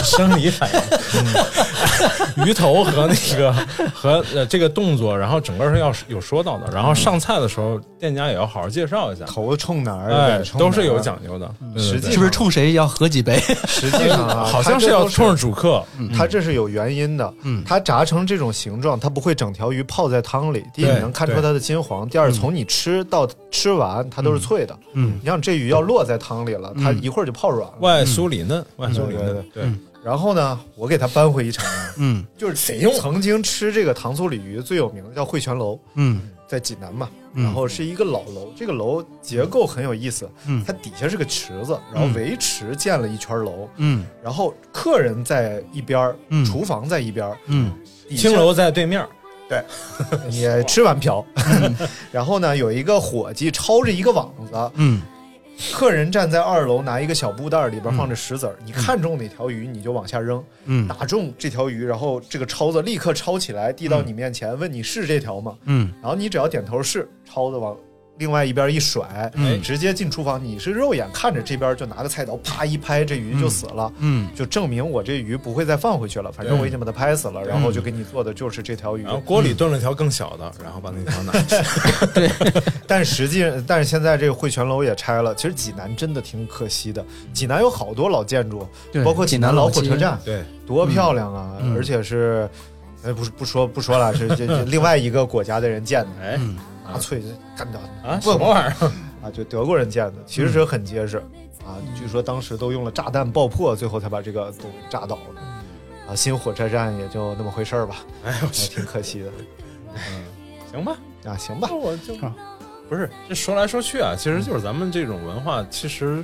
S7: 生理反应，鱼头和那个和呃这个动作，然后整个是要有说到的，然后上菜的时候，店家也要好好介绍一下，
S4: 头冲哪儿
S7: 哎
S4: 尾，冲哪儿
S7: 都
S14: 啊
S7: 是有讲究的，
S14: 嗯
S7: 对
S4: 实
S7: 对
S4: 际
S7: 对
S14: 是不是冲谁要喝
S7: (laughs)
S14: 几杯？
S4: 实际
S14: (laughs)
S4: 上啊，
S7: 好像
S4: 它
S7: 是
S4: 这
S7: 要
S4: 都
S7: 冲着主客，
S4: 嗯它这是有原因的。
S14: 嗯
S4: 它炸成这种形状，它不会整条鱼泡在汤里。第一，
S7: 对
S4: 你能看出它的金黄；第二，从你吃到吃完，它都是脆的。
S14: 嗯，
S4: 你像这鱼要落在汤里了，它一会儿就泡软了。嗯
S7: 外酥里嫩，外酥里嫩，对，
S4: 然后呢，我给它扳回一城啊，
S14: 嗯
S4: (laughs) 就是谁曾经吃这个糖醋鲤鱼最有名的叫汇泉楼，
S14: 嗯
S4: 在济南嘛。
S14: 嗯
S4: 然后是一个老楼，这个楼结构很有意思，
S14: 嗯
S4: 它底下是个池子，然后围池建了一圈楼，
S14: 嗯
S4: 然后客人在一边儿，
S14: 嗯
S4: 厨房在一边儿，
S14: 嗯
S4: 底下
S7: 青楼在对面儿，
S4: (laughs) 也吃完瓢，
S14: 嗯
S4: (laughs) 然后呢，有一个伙计抄着一个网子，
S14: 嗯
S4: 客人站在二楼拿一个小布袋，里边放着石子儿，你看中哪条鱼你就往下扔，
S14: 嗯
S4: 打中这条鱼，然后这个抄子立刻抄起来递到你面前，问你是这条吗？
S14: 嗯
S4: 然后你只要点头是，抄子往另外一边一甩，哎
S14: 嗯
S4: 直接进厨房，你是肉眼看着这边就拿个菜刀啪一拍，这鱼就死了。
S14: 嗯
S4: 就证明我这鱼不会再放回去了，反正我已经把它拍死了，然后就
S14: 嗯
S4: 给你做的就是这条鱼。
S7: 然后锅里炖了条更小的，然后把那
S14: (laughs)
S7: 条拿去。
S4: (laughs) 但实际，但是现在这个汇泉楼也拆了。其实济南真的挺可惜的，济南有好多老建筑
S14: 对，
S4: 包括济南老火车站，
S7: 对，
S4: 多漂亮啊！
S14: 嗯
S4: 而且是，呃，不是不说不说了，是这这另外一个国家的人建的，
S7: 哎
S14: 嗯
S4: 纳粹干掉的
S7: 啊，什么玩意儿？
S4: 啊，就德国人建的，其实很结实
S7: 嗯
S4: 啊。据说当时都用了炸弹爆破，最后才把这个都炸倒了。啊，新火车站也就那么回事儿吧，
S7: 哎呦
S4: 啊，
S14: 嗯
S4: 挺可惜
S7: 行吧，
S4: 的啊。行吧，
S7: 那我就不是这说来说去啊，其实就是咱们这种文化，其实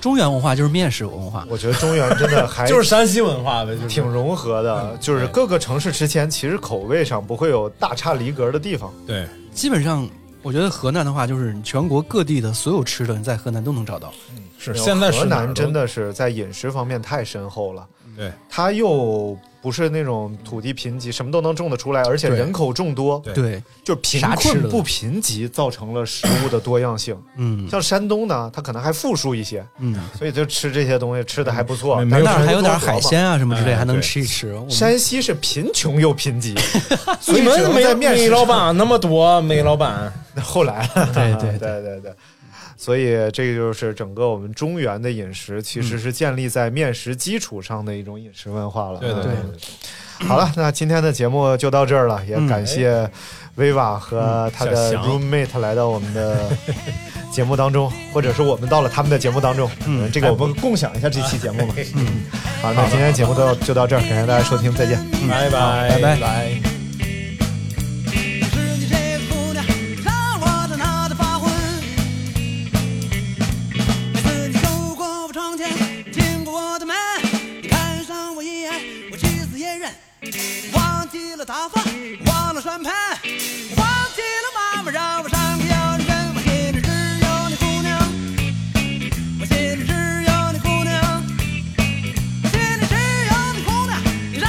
S14: 中原文化就是面食文化。
S4: 我觉得中原真的还
S7: (laughs) 就是山西文化呗，就是
S4: 挺融合
S7: 嗯
S4: 的，就是各个城市之间其实口味上不会有大差离格的地方。
S7: 对，
S14: 基本上，我觉得河南的话，就是你全国各地的所有吃的，你在河南都能找到。
S7: 嗯是现在
S4: 河
S7: 是哪儿
S4: 南
S7: 都
S4: 真的是在饮食方面太深厚了，
S7: 对
S4: 它又不是那种土地贫瘠，什么都能种得出来，而且
S14: 对
S4: 人口众多，
S7: 对
S14: 对，
S4: 就是贫
S14: 啥吃的
S4: 困
S14: 都
S4: 不贫瘠造成了食物的多样性。
S14: 嗯
S4: 像山东呢，它可能还富庶一些，
S14: 嗯，
S4: 所以就吃这些东西吃的还不错。
S7: 没
S4: 但是
S14: 那儿
S4: 吃
S14: 还有
S4: 多
S14: 点
S4: 多
S14: 海
S4: 嘛。
S14: 鲜啊什么之类，
S7: 哎
S14: 还能
S7: 对
S14: 吃一吃。我们
S4: 山西是贫穷又贫瘠，所
S7: 你
S4: 以只能
S7: 们没
S4: 在
S7: 有
S4: 面
S7: 米
S4: 食
S7: 老
S4: 上
S7: 板那么多，米老板
S4: (laughs) 后来，啊
S14: 对对
S4: 对对对，所以这个就是整个我们中原的饮食，其实是建立在面食基础上的一种饮食文化了。
S7: 对对
S4: 嗯，好了，那今天的节目就到这儿了，也感谢薇瓦和他
S7: 小
S4: 的
S7: 翔
S4: roommate 来到我们的节目当中，或者是我们到了他们的节目当中。嗯，这个我们共享一下这期节目嘛。嗯，好，那今天节目到就到这儿，感谢大家收听，再见。
S7: 拜拜
S14: 拜拜
S7: 拜。
S16: 是你这姑娘让我在她的发昏。每次你走过我窗前，经过我的门，你看上我一眼，我誓死也忍。忘记了打饭，忘了刷盘，忘记了妈妈让我上个幼儿园。我心里只有你姑娘，我心里只有你姑娘，我心里只有你姑娘，你让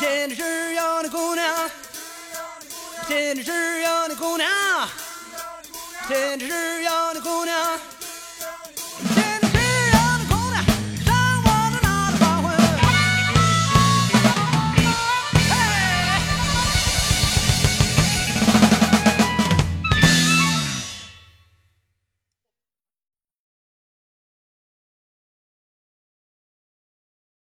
S11: 牵着只要的姑娘，牵着只要的姑娘，牵着只要的姑娘。